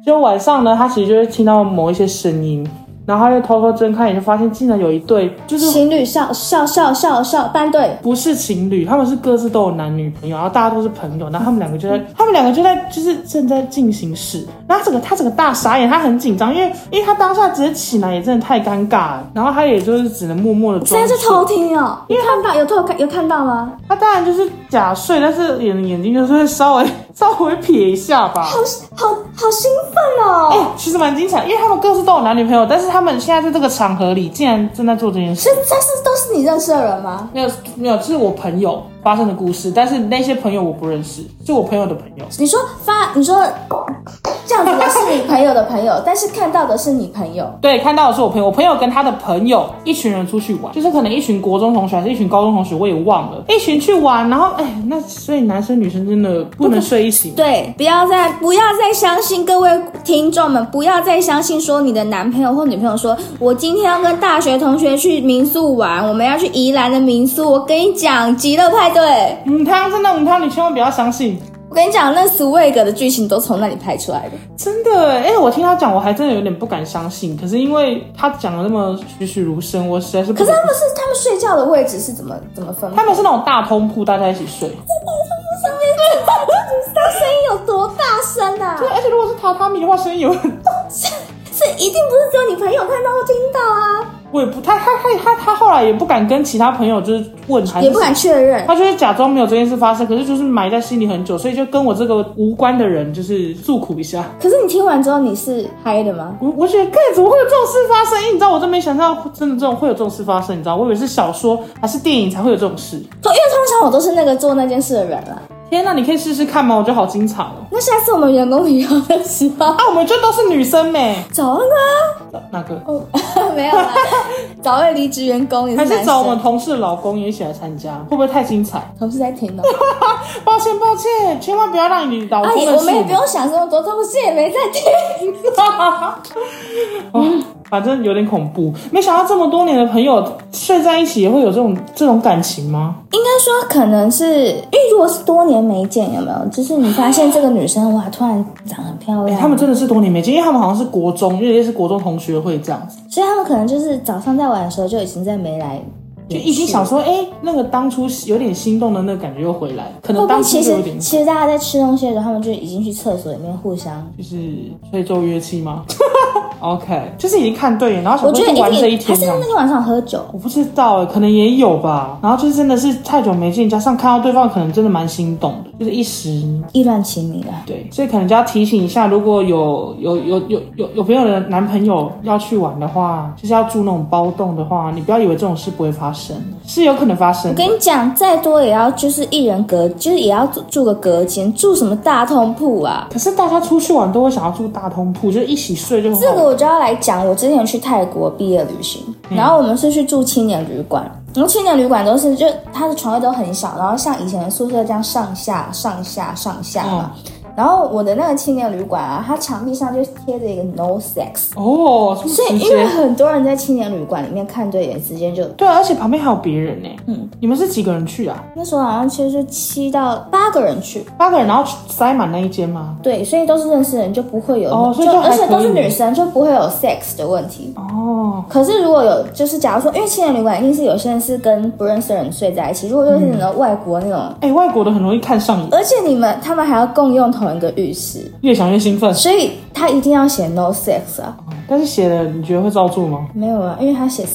Speaker 3: 就晚上呢，他其实就会听到某一些声音，然后他就偷偷睁开眼，就发现竟然有一对就是。
Speaker 4: 情侣笑笑笑笑笑班队，
Speaker 3: 不是情侣，他们是各自都有男女朋友，然后大家都是朋友，然后他们两个就在，他们两个就在就是正在进行时，然后这个他整个大傻眼，他很紧张，因为因为他当下直接起来也真的太尴尬了，然后他也就是只能默默的
Speaker 4: 现
Speaker 3: 装
Speaker 4: 在
Speaker 3: 睡
Speaker 4: 是。偷听哦，有看到有偷看有看到吗？
Speaker 3: 他当然就是假睡，但是眼眼睛就是会稍微稍微瞥一下吧。
Speaker 4: 好好好兴奋哦！
Speaker 3: 哎、其实蛮精彩，因为他们各自都有男女朋友，但是他们现在在这个场合里竟然正在做这件事。
Speaker 4: 这这是都是你认识的人吗？
Speaker 3: 没有没有，这是我朋友发生的故事，但是那些朋友我不认识，是我朋友的朋友。
Speaker 4: 你说发，你说这样子的是你朋友的朋友，但是看到的是你朋友，
Speaker 3: 对，看到的是我朋友，我朋友跟他的朋友一群人出去玩，就是可能一群国中同学还是一群高中同学，我也忘了，一群去玩，然后哎，那所以男生女生真的不能睡一起。
Speaker 4: 对，不要再不要再相信各位听众们，不要再相信说你的男朋友或女朋友说，我今天要跟大学同学去民宿玩，我们要去宜兰的民宿，我跟你讲，极乐派对。
Speaker 3: 母汤真的母汤，你千万不要相信。
Speaker 4: 我跟你讲，那 swag 的剧情都从那里拍出来的。
Speaker 3: 真的，哎、我听他讲，我还真的有点不敢相信。可是因为他讲的那么栩栩如生，我实在是不
Speaker 4: 可是他们是他们睡觉的位置是怎么怎么分配？
Speaker 3: 他们是那种大通铺，大家一起睡。
Speaker 4: 上面这这这声音有多大声啊？
Speaker 3: 对，而且如果是榻榻米的话，声音有很大。
Speaker 4: 是是一定不是只有你朋友看到或听到啊，
Speaker 3: 我也不，他他他他他后来也不敢跟其他朋友就是问，还是
Speaker 4: 也不敢确认。
Speaker 3: 他就是假装没有这件事发生，可是就是埋在心里很久，所以就跟我这个无关的人就是诉苦一下。
Speaker 4: 可是你听完之后你是嗨的吗？
Speaker 3: 我我觉得，看怎么会有这种事发生？因为你知道，我真没想到，真的这种会有这种事发生。你知道，我以为是小说还是电影才会有这种事。
Speaker 4: 通因为通常我都是那个做那件事的人啦。
Speaker 3: 天呐，你可以试试看吗？我觉得好精彩哦！
Speaker 4: 那下次我们员工旅游的时候，
Speaker 3: 啊，我们就都是女生没？
Speaker 4: 找那
Speaker 3: 哪个？
Speaker 4: 个、哦、啊 没有 啦，找位离职员工也是
Speaker 3: 还是
Speaker 4: 男
Speaker 3: 找我们
Speaker 4: 生。
Speaker 3: 同事的老公也一起来参加，会不会太精彩？
Speaker 4: 同事在听 哦，
Speaker 3: 抱歉抱歉，千万不要让你老
Speaker 4: 阿
Speaker 3: 公
Speaker 4: 姨，
Speaker 3: 的
Speaker 4: 啊哎我
Speaker 3: 事
Speaker 4: 们也不用想这么多，同事也没在 听。
Speaker 3: 哦，反正有点恐怖。没想到这么多年的朋友睡在一起也会有这种这种感情吗？
Speaker 4: 应该说，可能是因为如果是多年没见，有没有？就是你发现这个女生哇，突然长得很漂亮，
Speaker 3: 哎他们真的是多年没见，因为他们好像是国中，因为是国中同学会这样子。
Speaker 4: 所以他们可能就是早上在玩的时候就已经在没来，
Speaker 3: 就已经想说，哎、那个当初有点心动的那个感觉又回来，可
Speaker 4: 会
Speaker 3: 能
Speaker 4: 不会
Speaker 3: 当初
Speaker 4: 其
Speaker 3: 就
Speaker 4: 实
Speaker 3: 有点
Speaker 4: 其实大家在吃东西的时候，他们就已经去厕所里面互相。
Speaker 3: 就是吹奏乐器 吗？OK，就是已经看对眼，然后
Speaker 4: 我
Speaker 3: 想
Speaker 4: 觉
Speaker 3: 说
Speaker 4: 得
Speaker 3: 就玩这一
Speaker 4: 一定还
Speaker 3: 天
Speaker 4: 是
Speaker 3: 这
Speaker 4: 他
Speaker 3: 样
Speaker 4: 们那。天晚上喝酒，
Speaker 3: 我不知道哎、可能也有吧。然后就是真的是太久没见，加上看到对方，可能真的蛮心动的，就是一时
Speaker 4: 意乱情迷了。
Speaker 3: 对，所以可能就要提醒一下，如果有有有有有有朋友的男朋友要去玩的话，就是要住那种包栋的话，你不要以为这种事不会发生，是有可能发生
Speaker 4: 我
Speaker 3: 的
Speaker 4: 跟。你讲，再多也要就是一人隔，就是也要住住个隔间，住什么大通铺啊？
Speaker 3: 可是大家出去玩都会想要住大通铺，就一起睡就很好
Speaker 4: 这个我就要来讲，我之前有去泰国毕业旅行，
Speaker 3: 嗯
Speaker 4: 然后我们是去住青年旅馆，然后青年旅馆都是就它的床位都很小，然后像以前的宿舍这样上下上下上下嘛。
Speaker 3: 嗯
Speaker 4: 然后我的那个青年旅馆啊，它墙壁上就贴着一个 no sex，
Speaker 3: 哦，这么
Speaker 4: 所以
Speaker 3: 直
Speaker 4: 因为
Speaker 3: 接。
Speaker 4: 很多人在青年旅馆里面看对眼，直接就
Speaker 3: 对，而且旁边还有别人呢。
Speaker 4: 嗯，
Speaker 3: 你们是几个人去啊？
Speaker 4: 那时候好像其实就七到八个人去，
Speaker 3: 八个人，然后塞满那一间吗？
Speaker 4: 对，所以都是认识的人，就不会有
Speaker 3: 哦所以就还
Speaker 4: 而且都是
Speaker 3: 可以
Speaker 4: 女生，就不会有 sex 的问题。
Speaker 3: 哦，
Speaker 4: 可是如果有，就是假如说，因为青年旅馆一定是有些人是跟不认识的人睡在一起，如果又是你的外国那种，
Speaker 3: 哎，外国的很容易看上瘾，
Speaker 4: 而且你们他们还要共用同一个浴室，
Speaker 3: 越想越兴奋。
Speaker 4: 所以他一定要写 no sex 啊，
Speaker 3: 但是写了，你觉得会照做吗？
Speaker 4: 没有啊，因为他写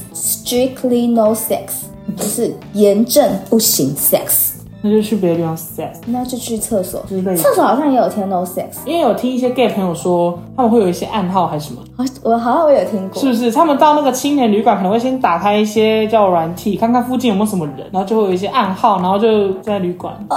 Speaker 4: strictly no sex，就是严正不行 sex，
Speaker 3: 那就去别的地方 sex
Speaker 4: 那就去厕所，
Speaker 3: 之类的。
Speaker 4: 厕所好像也有贴 no sex，
Speaker 3: 因为有听一些 gay 朋友说，他们会有一些暗号还是什么，
Speaker 4: 好，我好像我有听过
Speaker 3: 是，不是？他们到那个青年旅馆，可能会先打开一些叫软体，看看附近有没有什么人，然后就会有一些暗号，然后就在旅馆。
Speaker 4: 哦，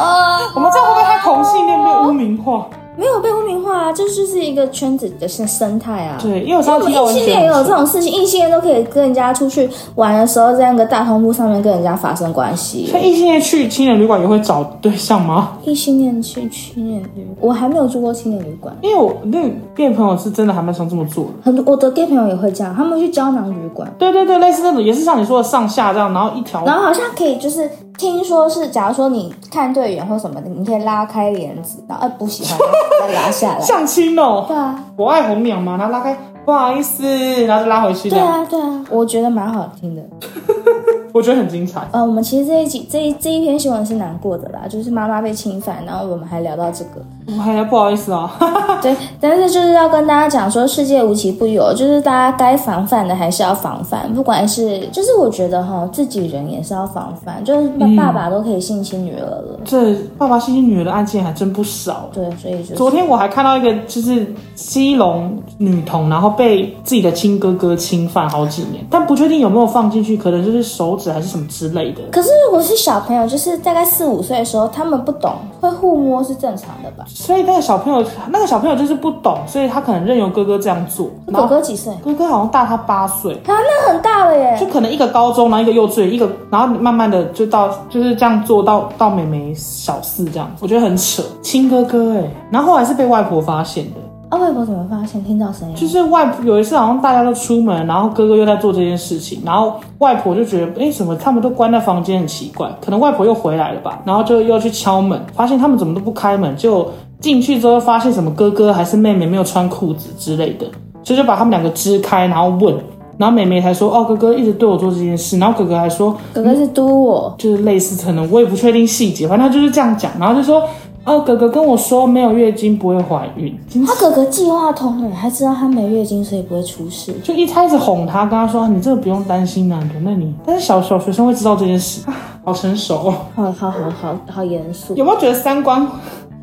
Speaker 3: 我们这样会不会太同性恋被污名化？
Speaker 4: 没有被污名化啊，这就是一个圈子的生生态啊。
Speaker 3: 对，因为我
Speaker 4: 我
Speaker 3: 上次
Speaker 4: 们
Speaker 3: 听到
Speaker 4: 异
Speaker 3: 我
Speaker 4: 性
Speaker 3: 觉
Speaker 4: 恋也有
Speaker 3: 得
Speaker 4: 这种事情，异性恋都可以跟人家出去玩的时候，在那个大通铺上面跟人家发生关系
Speaker 3: 所。以异性恋去青年旅馆也会找对象吗？
Speaker 4: 异性恋去青年旅，我还没有住过青年旅馆，
Speaker 3: 因为我那个 gay 朋友是真的还蛮常这么做的。
Speaker 4: 很多我的 gay 朋友也会这样，他们去胶囊旅馆，
Speaker 3: 对对对，类似那种，也是像你说的上下这样，然后一条
Speaker 4: 然后好像可以就是听说是，假如说你看对眼或什么的，你可以拉开帘子，然后、哎不喜欢再拉下 来。
Speaker 3: 相亲哦。
Speaker 4: 对啊，
Speaker 3: 我爱红娘嘛，然后拉开，不好意思，然后就拉回去这
Speaker 4: 对
Speaker 3: 样，
Speaker 4: 啊，对啊，我觉得蛮好听的。
Speaker 3: 我觉得很精彩。
Speaker 4: 呃，我们其实这一集这一这一篇新闻是难过的啦，就是妈妈被侵犯，然后我们还聊到这 个。
Speaker 3: 我还不好意思啊，
Speaker 4: 对，但是就是要跟大家讲说，世界无奇不有，就是大家该防范的还是要防范，不管是就是我觉得哈，自己人也是要防范，就是爸爸爸都可以性侵女儿了，
Speaker 3: 这爸爸性侵女儿的案件还真不少。
Speaker 4: 对，所以就是
Speaker 3: 昨天我还看到一个，就是基隆女童，然后被自己的亲哥哥侵犯好几年，但不确定有没有放进去，可能就是手指还是什么之类的。
Speaker 4: 可是如果是小朋友，就是大概四五岁的时候，他们不懂会互摸是正常的吧？
Speaker 3: 所以那个小朋友，那个小朋友就是不懂，所以他可能任由哥哥这样做。然
Speaker 4: 狗
Speaker 3: 后
Speaker 4: 狗几岁？
Speaker 3: 哥哥好像大他八岁，
Speaker 4: 那很大了
Speaker 3: 就
Speaker 4: 耶，
Speaker 3: 可能一个高中，然后一个幼稚园，一个，然后慢慢的就到就是这样做到到妹妹小四这样，我觉得很扯，亲哥哥哎、然后后来是被外婆发现的，
Speaker 4: 哦，啊，外婆怎么发现听到声音？
Speaker 3: 就是外婆有一次好像大家都出门，然后哥哥又在做这件事情，然后外婆就觉得，哎，怎么他们都关在房间，很奇怪，可能外婆又回来了吧，然后就又去敲门，发现他们怎么都不开门，就进去之后发现什么哥哥还是妹妹没有穿裤子之类的，所以就把他们两个支开，然后问，然后妹妹才说，哦，哥哥一直对我做这件事，然后哥哥还说，
Speaker 4: 哥哥是嘟我，
Speaker 3: 就是类似可能我也不确定细节，反正他就是这样讲，然后就说，哦，哥哥跟我说没有月经不会怀孕，
Speaker 4: 他哥哥计划通了，还知道他没月经，所以不会出事。
Speaker 3: 就一开始哄他，跟他说你这个不用担心啊，那你。但是小小学生会知道这件事， 啊好成熟、 哦。
Speaker 4: 好好好好好严肃，
Speaker 3: 有没有觉得三观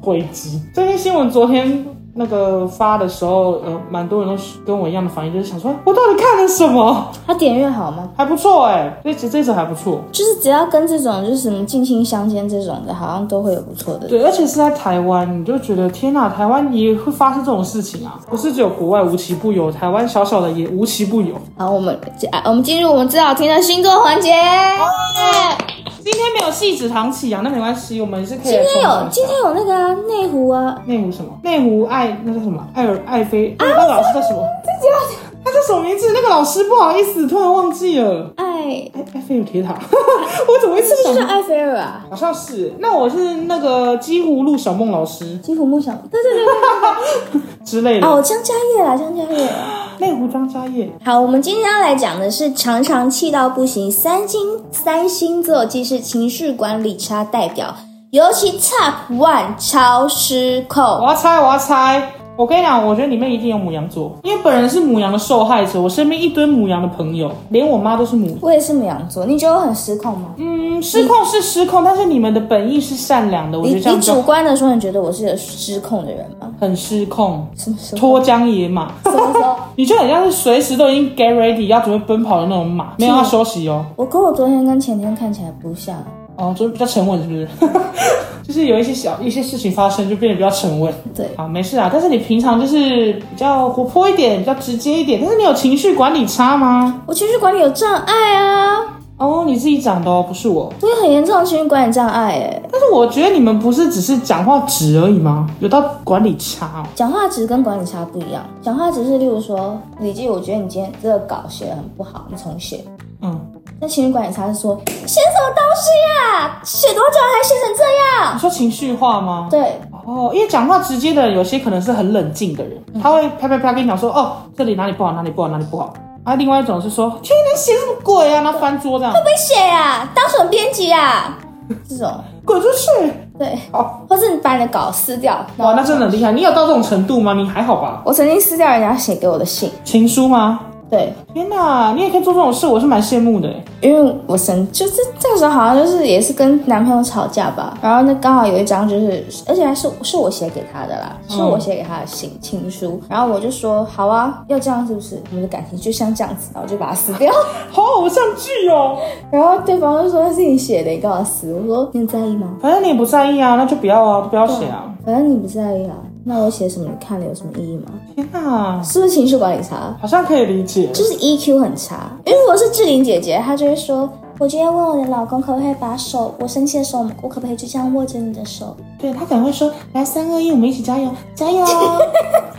Speaker 3: 毁极？这篇新闻昨天那个发的时候，呃，蛮多人都跟我一样的反应，就是想说我到底看了什么？
Speaker 4: 他点阅好吗？
Speaker 3: 还不错哎、这集这首还不错。
Speaker 4: 就是只要跟这种就是什么近亲相奸这种的，好像都会有不错的。
Speaker 3: 对，而且是在台湾，你就觉得天呐，台湾也会发生这种事情啊！不是只有国外无奇不有，台湾小小的也无奇不有。
Speaker 4: 好，我们啊我们进入我们最好听的星座环节。哦
Speaker 3: 今天没有细指长起啊，那没关系，我们是可以
Speaker 4: 今
Speaker 3: 来
Speaker 4: 天有
Speaker 3: 冲撞一下
Speaker 4: 今天有那个啊内、湖啊，
Speaker 3: 内湖什么？内湖爱那叫什么？艾尔爱妃？那个老师叫什么？他叫什么名字？那个老师不好意思，突然忘记了。
Speaker 4: 爱
Speaker 3: 艾艾菲尔铁塔， 我怎么会
Speaker 4: 这
Speaker 3: 这
Speaker 4: 是
Speaker 3: 么？
Speaker 4: 艾菲尔啊，
Speaker 3: 好像是。那我是那个西湖路小梦老师
Speaker 4: 金虎梦想，对对对对
Speaker 3: 之类
Speaker 4: 对，
Speaker 3: 的。
Speaker 4: 哦，江嘉业啦，江嘉啊业。
Speaker 3: 内湖张家业，
Speaker 4: 好，我们今天要来讲的是常常气到不行，三星三星座既是情绪管理差代表，尤其 Top One 超失控
Speaker 3: 我。要猜，我要猜。我跟你讲，我觉得里面一定有母羊座，因为本人是母羊的受害者，我身边一堆母羊的朋友，连我妈都是母。
Speaker 4: 我也是母羊座，你觉得我很失控吗？
Speaker 3: 嗯，失控是失控，但是你们的本意是善良的，我
Speaker 4: 你
Speaker 3: 觉得这
Speaker 4: 你
Speaker 3: 样
Speaker 4: 主
Speaker 3: 就
Speaker 4: 观的说，你觉得我是个失控的人吗？
Speaker 3: 很失控，
Speaker 4: 什么 时候？
Speaker 3: 脱缰野马。
Speaker 4: 什么时候？
Speaker 3: 你就很像是随时都已经 get ready 要准备奔跑的那种马，没有要休息哦。
Speaker 4: 我可我昨天跟前天看起来不像，
Speaker 3: 哦，就比较沉稳，是不 是？就是有一些小一些事情发生，就变得比较沉稳。
Speaker 4: 对
Speaker 3: 好，没事啊。但是你平常就是比较活泼一点，比较直接一点。但是你有情绪管理差吗？
Speaker 4: 我情绪管理有障碍啊，
Speaker 3: 哦，你自己讲的哦，不是我。
Speaker 4: 我有很严重的情绪管理障碍哎、
Speaker 3: 但是我觉得你们不是只是讲话直而已吗？有到管理差哦。
Speaker 4: 讲话值跟管理差不一样，讲话值是例如说，李记，我觉得你今天这个稿写的很不好，你重写。
Speaker 3: 嗯，
Speaker 4: 那情绪管理差是说，写什么东西呀、写多久还写成这样？
Speaker 3: 你说情绪化吗？
Speaker 4: 对，
Speaker 3: 哦，因为讲话直接的人，有些可能是很冷静的人，他会啪啪啪跟你讲说，哦，这里哪里不好，哪里不好，哪里不好。啊，另外一种是说，天哪，写什么鬼啊，然后翻桌这样，
Speaker 4: 会写呀、当什么编辑呀？这种，
Speaker 3: 滚出去！
Speaker 4: 对，
Speaker 3: 好，
Speaker 4: 或是你把你的稿撕掉。然
Speaker 3: 哇，
Speaker 4: 后
Speaker 3: 那真的很厉害。你有到这种程度吗？你还好吧？
Speaker 4: 我曾经撕掉人家写给我的信，
Speaker 3: 情书吗？
Speaker 4: 对，
Speaker 3: 天哪，你也可以做这种事，我是蛮羡慕的。欸
Speaker 4: 因为我生就是这个时候好像就是也是跟男朋友吵架吧，然后那刚好有一张就是，而且还是是我写给他的啦，是我写给他的信情书，然后我就说好啊，要这样是不是？我们的感情就像这样子，然后就把它撕掉。
Speaker 3: 好偶像剧哦。
Speaker 4: 然后对方就说是你写的，你干嘛撕？我说你有在意吗？
Speaker 3: 反正你也不在意啊，那就不要啊，不要写啊。
Speaker 4: 反正你不在意啊，那我写什么你看了有什么意义吗？
Speaker 3: 天哪，
Speaker 4: 是不是情绪管理差？
Speaker 3: 好像可以理解。
Speaker 4: 就是 EQ 很差。因为如果是志玲姐姐，她就会说。我今天问我的老公可不可以把手，我生气的时候，我可不可以就这样握着你的手？
Speaker 3: 对他可能会说，来三二一，我们一起加油，加油。哦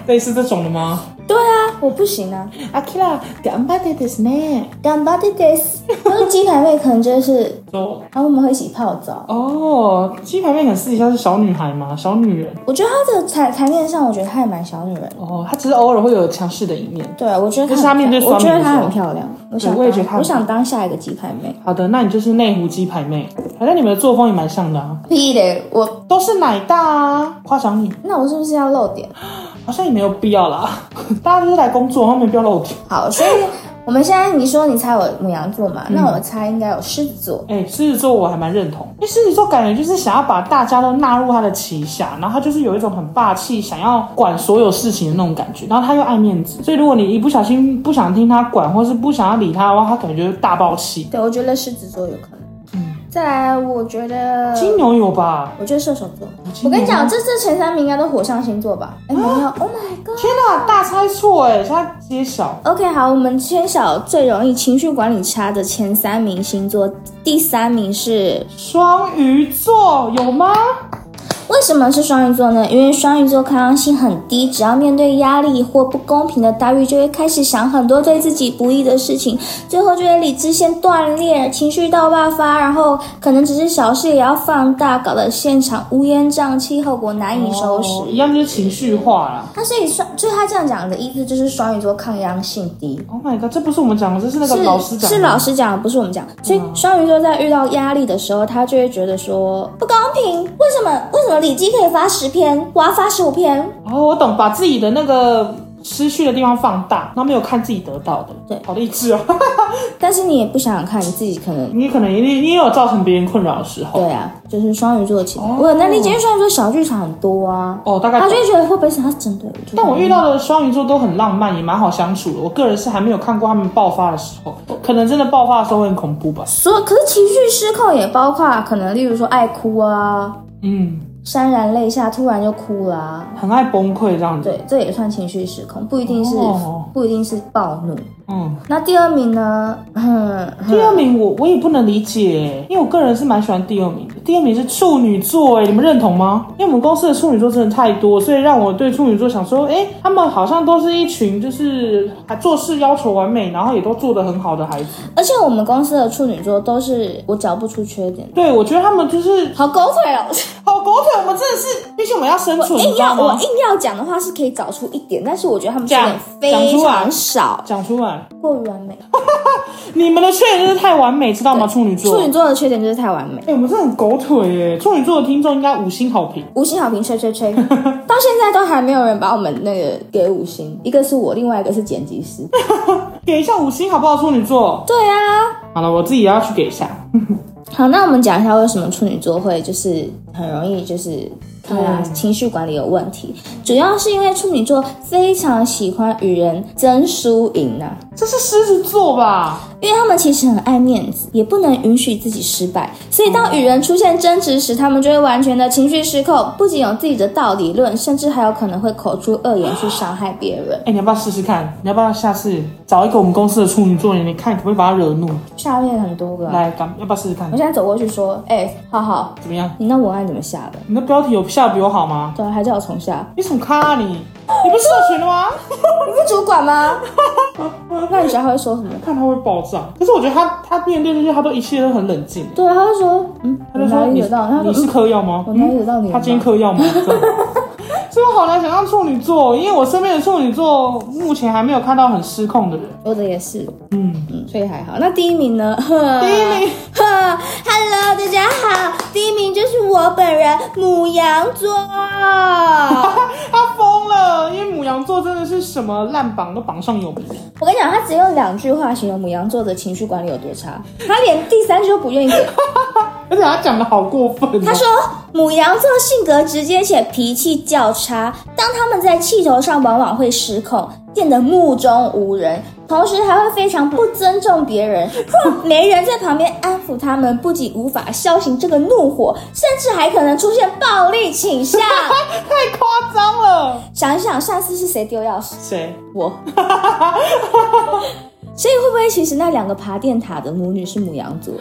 Speaker 3: 类似这种的吗？
Speaker 4: 对啊，我不行啊。
Speaker 3: 阿 k i r a 干巴的ですね。
Speaker 4: 干巴的 this，然后鸡排妹可能就是，
Speaker 3: 说
Speaker 4: 然后我们会一起泡澡。
Speaker 3: 哦，鸡排妹很私底下是小女孩吗？小女人
Speaker 4: 我觉得她的台台面上，我觉得她也蛮小女人。
Speaker 3: 哦，她只是偶尔会有强势的一面。
Speaker 4: 对，啊我觉得她
Speaker 3: 可是她面对
Speaker 4: 很漂亮我觉
Speaker 3: 酸
Speaker 4: 得
Speaker 3: 民的时
Speaker 4: 她
Speaker 3: 候
Speaker 4: 很漂亮。我想当，
Speaker 3: 我也觉得她很
Speaker 4: 我想当下一个鸡排妹。
Speaker 3: 好的，那你就是内湖鸡排妹，反正你们的作风也蛮像的啊，
Speaker 4: 屁嘞，我
Speaker 3: 都是奶大啊，夸奖你
Speaker 4: 那我是不是要露点？
Speaker 3: 好像也没有必要啦， 大家都是来工作，他们没必要露脸。
Speaker 4: 好，所以我们现在你说你猜我母羊座嘛，
Speaker 3: 嗯
Speaker 4: 那我猜应该有狮子座。
Speaker 3: 哎、狮子座我还蛮认同，因为狮子座感觉就是想要把大家都纳入他的旗下，然后他就是有一种很霸气，想要管所有事情的那种感觉，然后他又爱面子，所以如果你一不小心不想听他管，或是不想要理他的话，他感觉就是大爆气。
Speaker 4: 对，我觉得狮子座有可能。嗯，再来，我觉得
Speaker 3: 金牛有吧？
Speaker 4: 我觉得射手座。
Speaker 3: 金牛啊
Speaker 4: 我跟你讲，这这前三名应该都火象星座吧？哎，没有，Oh my god！
Speaker 3: 天哪，大猜错哎、现在揭晓。
Speaker 4: OK，好，我们揭晓最容易情绪管理差的前三名星座，第三名是
Speaker 3: 双鱼座有吗？
Speaker 4: 为什么是双鱼座呢？因为双鱼座抗压性很低，只要面对压力或不公平的待遇，就会开始想很多对自己不利的事情，最后就会理智线断裂，情绪到爆发，然后可能只是小事也要放大，搞得现场乌烟瘴气，后果难以收拾。
Speaker 3: 哦一样就是情绪化啦。
Speaker 4: 他所以双，就是他这样讲的意思，就是双鱼座抗压性低。
Speaker 3: Oh my god，这不是我们讲的，这是那个
Speaker 4: 是
Speaker 3: 老师讲的。
Speaker 4: 是老师讲的，不是我们讲。所以双鱼座在遇到压力的时候，他就会觉得说不公平，为什么为什么李基可以发十篇，我要发十五篇？
Speaker 3: 哦，我懂，把自己的那个失去的地方放大，然后没有看自己得到的。
Speaker 4: 对
Speaker 3: 好励志哦。
Speaker 4: 但是你也不想想看，你自己可能
Speaker 3: 你可能你你也有造成别人困扰的时候。
Speaker 4: 对啊，就是双鱼座的情况。我很能理解，因为双鱼座小剧场很多啊，
Speaker 3: 哦，大概
Speaker 4: 他
Speaker 3: 懂。
Speaker 4: 就会觉得会不会想要针对我？
Speaker 3: 但我遇到的双鱼座都很浪漫，也蛮好相处的。我个人是还没有看过他们爆发的时候，可能真的爆发的时候会很恐怖吧。
Speaker 4: 所可是情绪失控也包括可能，例如说爱哭啊，
Speaker 3: 嗯，
Speaker 4: 潸然泪下，突然就哭啦、
Speaker 3: 很爱崩溃这样子。
Speaker 4: 对，这也算情绪失控，不一定是、
Speaker 3: 哦
Speaker 4: 不一定是暴怒。
Speaker 3: 嗯，
Speaker 4: 那第二名呢？ 嗯，
Speaker 3: 第二名我我也不能理解，因为我个人是蛮喜欢第二名的。第二名是处女座，哎，你们认同吗？因为我们公司的处女座真的太多，所以让我对处女座想说，哎，他们好像都是一群就是还做事要求完美，然后也都做得很好的孩子。
Speaker 4: 而且我们公司的处女座都是我找不出缺点的，
Speaker 3: 对，我觉得他们就是
Speaker 4: 好狗腿哦！
Speaker 3: 好狗腿，我们真的是，毕竟我们要生存，你
Speaker 4: 硬
Speaker 3: 知道
Speaker 4: 要我
Speaker 3: 吗？
Speaker 4: 硬要讲的话是可以找出一点，但是我觉得他们缺
Speaker 3: 讲
Speaker 4: 点非
Speaker 3: 讲出
Speaker 4: 常
Speaker 3: 来
Speaker 4: 少，
Speaker 3: 讲出来。
Speaker 4: 过于完美。
Speaker 3: 你们的缺点就是太完美，知道吗？处女座，
Speaker 4: 处女座的缺点就是太完美
Speaker 3: 哎、。我们这很狗腿耶！处女座的听众应该五星好评。
Speaker 4: 五星好评吹吹 吹，到现在都还没有人把我们那个给五星，一个是我，另外一个是剪辑师。
Speaker 3: 给一下五星好不好？处女座，
Speaker 4: 对啊，
Speaker 3: 好了，我自己也要去给一下。
Speaker 4: 好，那我们讲一下为什么处女座会就是很容易就是看啊情绪管理有问题，主要是因为处女座非常喜欢与人争输赢啊，
Speaker 3: 这是狮子座吧？
Speaker 4: 因为他们其实很爱面子，也不能允许自己失败，所以当与人出现争执时，他们就会完全的情绪失控，不仅有自己的道理论，甚至还有可能会口出恶言去伤害别人
Speaker 3: 哎、。你要不要试试看？你要不要下次找一个我们公司的处女座人，你看可不可以把他惹怒？
Speaker 4: 下面很多个啊，
Speaker 3: 来，干，要不要试试看
Speaker 4: 我？现在走过去说，哎、浩浩，
Speaker 3: 怎么样？
Speaker 4: 你那文案怎么下的？
Speaker 3: 你的标题有下得比我好吗？
Speaker 4: 对啊，还叫我重下。
Speaker 3: 你什么咖啊你？你不是社群的吗？
Speaker 4: 你是主管吗？ 那你觉得他会说什么？
Speaker 3: 看他会爆炸。可是我觉得他他面对这些，他都一切都很冷静。
Speaker 4: 对，他会说，嗯，我
Speaker 3: 他就
Speaker 4: 哪
Speaker 3: 说
Speaker 4: 里
Speaker 3: 你
Speaker 4: 惹到你？他
Speaker 3: 你是
Speaker 4: 说，嗯
Speaker 3: 嗑药吗？
Speaker 4: 我哪里惹到你了
Speaker 3: 他
Speaker 4: 吗？
Speaker 3: 今天嗑 药吗？这样所以我好难想象处女座，因为我身边的处女座目前还没有看到很失控的人。
Speaker 4: 我的也是，
Speaker 3: 嗯，
Speaker 4: 嗯，所以还好。那第一名呢？
Speaker 3: 第一名，
Speaker 4: 呵，Hello，大家好，第一名就是我本人，母羊座。
Speaker 3: 他疯了，因为母羊座真的是什么烂榜都榜上有名。
Speaker 4: 我跟你讲，他只用两句话形容母羊座的情绪管理有多差，他连第三句都不愿意给。
Speaker 3: 而且他讲的好过分、哦，
Speaker 4: 他说，母羊座性格直接且脾气较差，当他们在气头上往往会失控，变得目中无人，同时还会非常不尊重别人。 若没人在旁边安抚他们，不仅无法消行这个怒火，甚至还可能出现暴力倾向。
Speaker 3: 太夸张了。
Speaker 4: 想一想，上次是谁丢钥匙？
Speaker 3: 谁？
Speaker 4: 我。 所以会不会其实那两个爬电塔的母女是母羊座？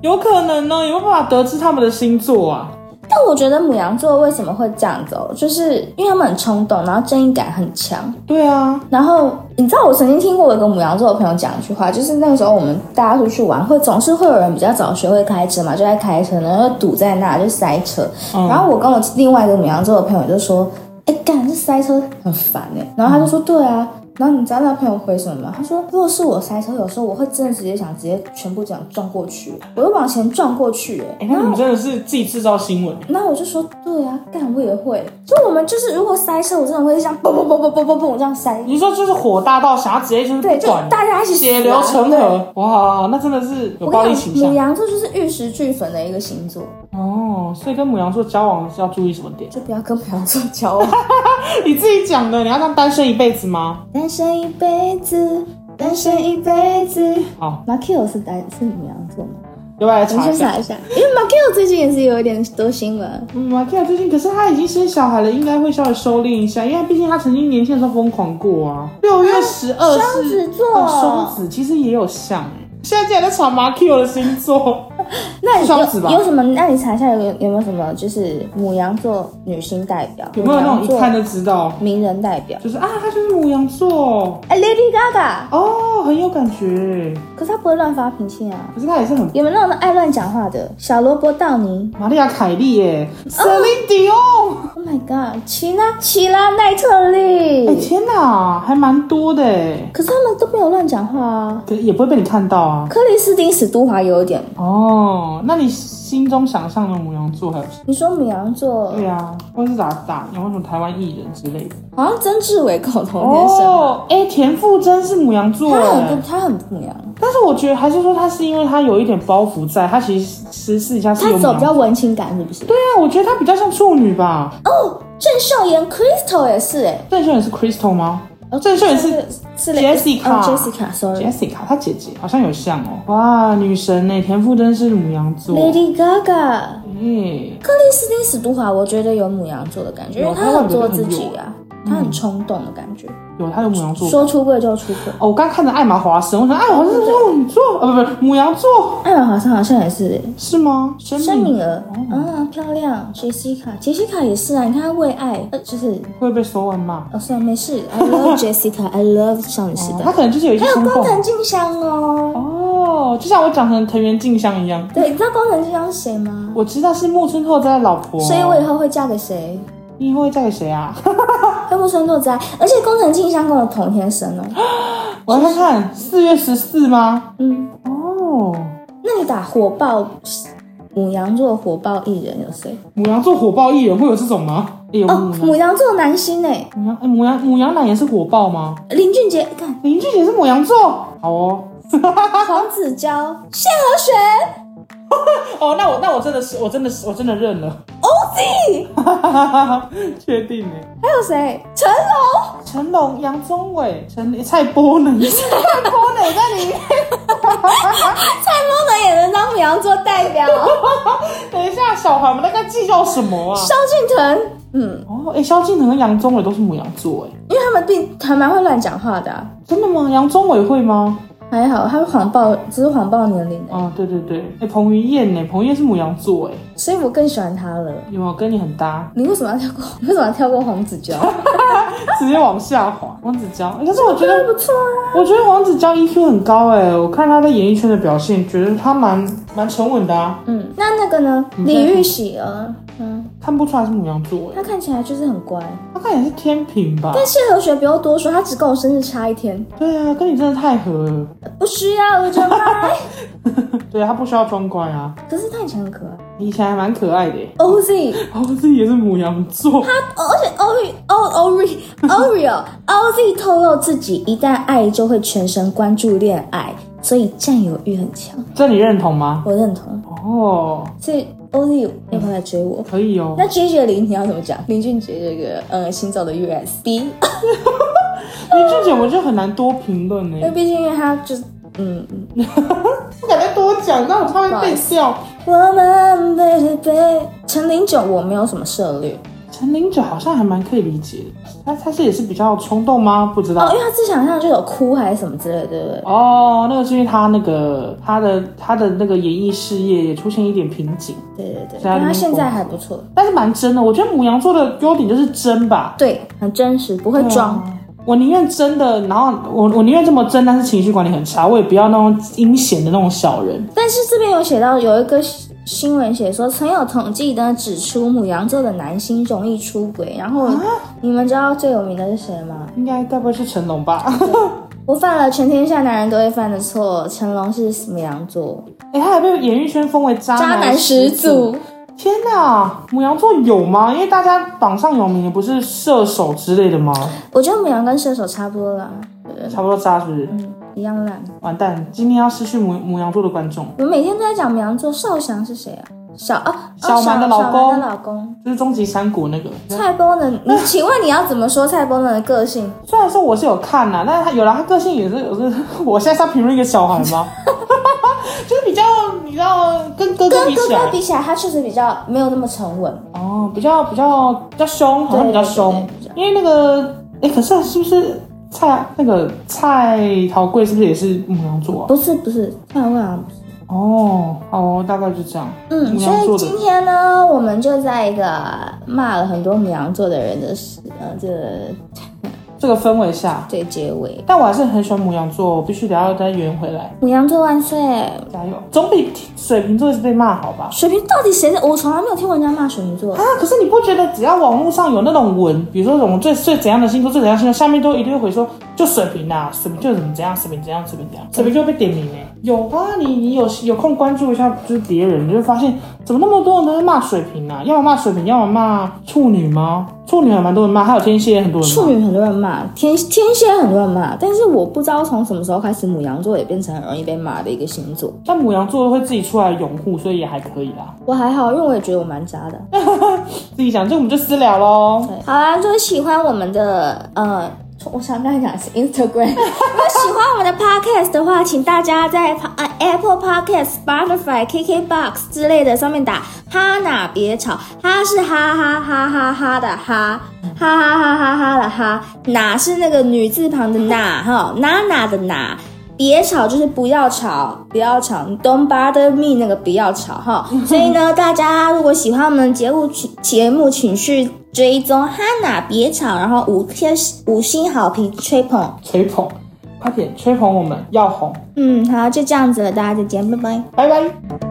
Speaker 3: 有可能呢？有没有办法得知他们的星座啊？
Speaker 4: 但我觉得母羊座为什么会这样子哦，就是因为他们很冲动，然后正义感很强。
Speaker 3: 对啊，
Speaker 4: 然后你知道我曾经听过我一个母羊座的朋友讲一句话，就是那个时候我们大家出去玩，会总是会有人比较早学会开车嘛，就在开车，然后就堵在那就塞车。
Speaker 3: 嗯
Speaker 4: 然后我跟我另外一个母羊座的朋友就说：“哎，干这塞车很烦哎、然后他就说：“对啊。”然后你知道那朋友回什么吗？他说：“如果是我塞车，有时候我会真的直接想直接全部这样撞过去，我就往前撞过去、哎
Speaker 3: 哎、那你们真的是自己制造新闻。
Speaker 4: 然后我就说，对啊，干我也会。就我们就是，如果塞车，我真的会这样嘣嘣嘣嘣嘣嘣嘣这样塞。
Speaker 3: 你说就是火大到想要直接就是
Speaker 4: 对，
Speaker 3: 不
Speaker 4: 就
Speaker 3: 管
Speaker 4: 大家一起死啊
Speaker 3: 血流成。
Speaker 4: 对
Speaker 3: 河，哇，那真的是有
Speaker 4: 我
Speaker 3: 暴
Speaker 4: 跟
Speaker 3: 力
Speaker 4: 你
Speaker 3: 倾
Speaker 4: 讲，母
Speaker 3: 向
Speaker 4: 羊座就是玉石俱焚的一个星座，
Speaker 3: 哦。所以跟母羊座交往是要注意什么点？
Speaker 4: 就不要跟母羊座交往。
Speaker 3: 你自己讲的，你要当单身一辈子吗？
Speaker 4: 单身一辈子，单身一辈子。
Speaker 3: 好，
Speaker 4: 马 Q 是单是母羊座吗？
Speaker 3: 要不要来
Speaker 4: 我们
Speaker 3: 查
Speaker 4: 去
Speaker 3: 一下？
Speaker 4: 查一下，因为马 Q 最近也是有一点多新闻。
Speaker 3: 嗯，马蒂亚最近可是他已经生小孩了，应该会稍微收敛一下，因为毕竟他曾经年轻的时候疯狂过啊。六月十二是
Speaker 4: 双子座
Speaker 3: 欸哦双子其实也有像哎、现在竟然在查马 Q 的星座，
Speaker 4: 那你
Speaker 3: 双子吧
Speaker 4: 有有什么？那你查一下有有没有什么就是母羊座女星代表，
Speaker 3: 有没有那种
Speaker 4: 母羊
Speaker 3: 一
Speaker 4: 座
Speaker 3: 看就知道，
Speaker 4: 名人代表？
Speaker 3: 就是啊，他就是母羊座
Speaker 4: 哎、l a d y Gaga，
Speaker 3: 哦，很有感觉。
Speaker 4: 可是她不会乱发脾气啊。
Speaker 3: 可是他也是很
Speaker 4: 有没有那种爱乱讲话的？小萝卜道尼
Speaker 3: 玛丽亚凯莉耶
Speaker 4: 哦
Speaker 3: c e l i n d i o
Speaker 4: ，Oh my god，奇拉奇拉奈特利。
Speaker 3: 哎天哪，还蛮多的哎，
Speaker 4: 可是他们都没有乱讲话啊。
Speaker 3: 可也不会被你看到啊。
Speaker 4: 克里斯汀史都华有一点，
Speaker 3: 哦，那你心中想象的母羊座还有谁？
Speaker 4: 你说母羊座
Speaker 3: 对啊，或是打打有没有什么台湾艺人之类的？
Speaker 4: 好像曾志伟跟我同年生啊，
Speaker 3: 哦，哎、田馥甄是母羊座
Speaker 4: 他很
Speaker 3: 哎
Speaker 4: 不，他很不母羊，
Speaker 3: 但是我觉得还是说他是因为他有一点包袱在，他其实私私底下是
Speaker 4: 他
Speaker 3: 有母
Speaker 4: 走比较
Speaker 3: 羊。
Speaker 4: 文青感是不是？
Speaker 3: 对啊，我觉得他比较像处女吧。
Speaker 4: 哦，郑秀妍 Crystal 也是哎、
Speaker 3: 郑秀也是 Crystal 吗？
Speaker 4: 哦
Speaker 3: 郑秀也是
Speaker 4: 是那个
Speaker 3: Jessica
Speaker 4: 哦 Jessica，sorry。
Speaker 3: Jessica，她姐姐好像有像哦。哇，女神呢、田馥甄是母羊座。
Speaker 4: Lady Gaga、
Speaker 3: 哎，
Speaker 4: 克里斯汀·史都华，我觉得有母羊座的感觉，因
Speaker 3: 有
Speaker 4: 为他
Speaker 3: 他
Speaker 4: 很做
Speaker 3: 外表
Speaker 4: 自
Speaker 3: 就很嗯
Speaker 4: 己啊，他很冲动的感觉，
Speaker 3: 有她有母羊座。
Speaker 4: 说出柜就出柜。
Speaker 3: 哦，我刚看着艾玛华生，我想艾玛华生是处女座，啊，不不，母羊座
Speaker 4: 艾玛·华生好像也是、欸，
Speaker 3: 是吗？生
Speaker 4: 申
Speaker 3: 命
Speaker 4: 敏儿、啊，漂亮。Jessica，杰西卡也是啊，你看她为爱，呃，就是
Speaker 3: 会被收文骂。
Speaker 4: 哦，算了，没事。I love Jessica，I love 少女时
Speaker 3: 哦
Speaker 4: 代
Speaker 3: 她。可能就是有一些
Speaker 4: 还有
Speaker 3: 冲
Speaker 4: 工藤
Speaker 3: 动。
Speaker 4: 静香哦，
Speaker 3: 哦，就像我讲成藤原静香一样，
Speaker 4: 对，你知道工藤静香是谁吗？
Speaker 3: 我知道是木村拓哉的老婆。
Speaker 4: 所以我以后会嫁给谁？
Speaker 3: 你以后会嫁给谁啊？
Speaker 4: 会木村拓哉，而且工藤静香跟我同天生哦。
Speaker 3: 我来看看，四月十四吗？
Speaker 4: 嗯，
Speaker 3: 哦，
Speaker 4: 那你打火爆母羊座火爆艺人有谁？
Speaker 3: 母羊座火爆艺人会有这种吗？哎有
Speaker 4: 哦，母
Speaker 3: 母羊。
Speaker 4: 羊座男星哎，
Speaker 3: 母羊哎，母羊母羊男也是火爆吗？
Speaker 4: 林俊杰，看
Speaker 3: 林俊杰是母羊座，好哦。
Speaker 4: 黄子佼、谢和弦、
Speaker 3: 哦，那我那我真的是，我真的是，我真的认了。
Speaker 4: OZ，
Speaker 3: 确定呢？
Speaker 4: 还有谁？成龙。
Speaker 3: 成龙、杨宗纬、陈蔡 波能，蔡波能在里面。
Speaker 4: 蔡梦能也能当母羊座代表，
Speaker 3: 等一下，小孩们大概计较什么啊？
Speaker 4: 萧敬腾，嗯，
Speaker 3: 哦，哎、萧敬腾跟杨宗纬都是母羊座，哎，
Speaker 4: 因为他们并还蛮会乱讲话的啊、
Speaker 3: 真的吗？杨宗纬会吗？
Speaker 4: 还好，他是谎报，只是谎报年龄而已、
Speaker 3: 哦，对对对，哎、彭于晏呢？彭于晏是母羊座，哎，
Speaker 4: 所以我更喜欢他了。
Speaker 3: 有没有跟你很搭？
Speaker 4: 你为什么要跳过？你为什么要跳过黄子佼？
Speaker 3: 直接往下滑，王子娇。欸可是我觉得，
Speaker 4: 不错啊，
Speaker 3: 我觉得王子娇 EQ 很高，哎，我看她在演艺圈的表现，觉得她蛮蛮沉稳的啊，
Speaker 4: 嗯，那那个呢？
Speaker 3: 再
Speaker 4: 李玉玺儿，嗯，
Speaker 3: 看不出来是母羊座，哎，
Speaker 4: 他看起来就是很乖，
Speaker 3: 她看起来是天平吧？
Speaker 4: 但谢和弦不用多说，他只跟我生日差一天，
Speaker 3: 对啊，跟你真的太合了。
Speaker 4: 不需要我就爱。
Speaker 3: 对她不需要装乖啊，
Speaker 4: 可是他以前很可爱
Speaker 3: 以前还蛮可爱的耶。
Speaker 4: ，OZ，
Speaker 3: 哦，自己也是母羊座，
Speaker 4: 哦而且 Ori O Ori Oreo OZ 透露自己一旦爱就会全神关注恋爱，所以占有欲很强，
Speaker 3: 这你认同吗？
Speaker 4: 我认同。
Speaker 3: 哦，
Speaker 4: 所以 OZ 要不要来追我？
Speaker 3: 可以哦
Speaker 4: 那。J J 林你要怎么讲？林俊杰这个呃行走的 USB，
Speaker 3: 林俊杰我就很难多评论
Speaker 4: 因为
Speaker 3: 哎，
Speaker 4: 毕竟因为他就是嗯，嗯
Speaker 3: 不敢再多讲，那我超会被笑。
Speaker 4: 我们 baby 陈零九我没有什么涉猎
Speaker 3: 陈林九好像还蛮可以理解的，他他是也是比较冲动吗？不知
Speaker 4: 哦，
Speaker 3: 道
Speaker 4: 因。为他之前好像就有哭还是什么之类的，对不对？
Speaker 3: 哦，那个是因为他那个他的他的那个演艺事业也出现一点瓶颈，
Speaker 4: 对对对，
Speaker 3: 在他
Speaker 4: 但他
Speaker 3: 里面
Speaker 4: 现在
Speaker 3: 疯
Speaker 4: 还不错，
Speaker 3: 但是蛮真的。我觉得母羊座的优点就是真吧，
Speaker 4: 对，很真实，不会
Speaker 3: 啊
Speaker 4: 装。
Speaker 3: 我宁愿真的，然后我我宁愿这么真，但是情绪管理很差，我也不要那种阴险的那种小人。
Speaker 4: 但是这边有写到有一个新新闻写说，曾有统计呢指出母羊座的男星容易出轨，然后你们知道最有名的是谁吗？
Speaker 3: 应该该不会是成龙吧？
Speaker 4: 我犯了全天下男人都会犯的错，成龙是什么羊座？
Speaker 3: 哎、他还被演艺圈封为渣
Speaker 4: 渣男始祖。。
Speaker 3: 天哪，母羊座有吗？因为大家榜上有名的不是射手之类的吗？
Speaker 4: 我觉得母羊跟射手差不多啦，对嗯
Speaker 3: 差不多渣是不是？
Speaker 4: 一样烂。
Speaker 3: 完蛋，今天要失去母母羊座的观众，
Speaker 4: 我每天都在讲母羊座，少祥是谁啊？小啊，哦
Speaker 3: 小蛮的老公
Speaker 4: 小蛮的老公。
Speaker 3: 就是终极三国那个。
Speaker 4: 蔡波能，你请问你要怎么说蔡波能的个性？
Speaker 3: 虽然说我是有看呐、啊但是他有了他个性也是有是，我现在是要评论一个小孩 吗？就是比较比较跟哥哥
Speaker 4: 跟
Speaker 3: 比
Speaker 4: 哥
Speaker 3: 起
Speaker 4: 哥
Speaker 3: 来，
Speaker 4: 比起来，他确实比较没有那么沉稳。
Speaker 3: 哦，比较比较比较凶，好像比较凶
Speaker 4: 对对，
Speaker 3: 因为那个，哎，可是是不是啊蔡那个蔡桃贵是不是也是母羊座啊？
Speaker 4: 啊不是不是，蔡波能不是，
Speaker 3: 哦，好哦，大概就这样。
Speaker 4: 嗯，
Speaker 3: 母
Speaker 4: 所
Speaker 3: 羊
Speaker 4: 以
Speaker 3: 座
Speaker 4: 今
Speaker 3: 的，
Speaker 4: 天呢，我们就在一个骂了很多母羊座的人的事，呃，这个
Speaker 3: 这个氛围下，
Speaker 4: 对结尾，
Speaker 3: 但我还是很喜欢母羊座，我必须得要再圆回来，
Speaker 4: 母羊座万岁！
Speaker 3: 加油！总比水瓶座一直被骂好吧？
Speaker 4: 水瓶到底谁？我从来没有听过人家骂水瓶座
Speaker 3: 啊，，可是你不觉得只要网络上有那种文，比如说什么最最怎样的星座，最怎样的星座，下面都一定会回说就水瓶啊，水瓶就怎么怎样，水瓶怎样，水瓶怎样，水瓶就会被点名哎、有啊，你你有有空关注一下就是别人，你就会发现怎么那么多人都在骂水瓶啊，要么骂水瓶，要么骂处女吗？处女还蛮多人骂，还有天蝎也很多人骂。
Speaker 4: 处女很多人骂，天天蝎很多人骂，但是我不知道从什么时候开始，母羊座也变成很容易被骂的一个星座。
Speaker 3: 但母羊座会自己出来拥护，所以也还可以啦。
Speaker 4: 我还好，因为我也觉得我蛮渣的。
Speaker 3: 自己讲，这我们就私聊喽。
Speaker 4: 对好啦，就是喜欢我们的呃，我想刚才讲的是 Instagram。如果喜欢我们的 Podcast 的话，请大家在 Pa- 呃 Apple Podcast、Spotify、KKBox 之类的上面打“哈娜别吵”，哈是哈哈哈哈哈的哈。哈哈哈哈哈的哈，哪是那个女字旁的哪哈，娜娜的哪，别吵，就是不要吵，不要吵你，Don't bother me 那个不要吵哈。所以呢，大家如果喜欢我们的节目，请节目请去追踪哈娜别吵，然后五天五星好评吹捧。
Speaker 3: 吹捧，快点吹捧我们，要红，
Speaker 4: 嗯，好，就这样子了，大家再见，拜拜。
Speaker 3: 拜拜。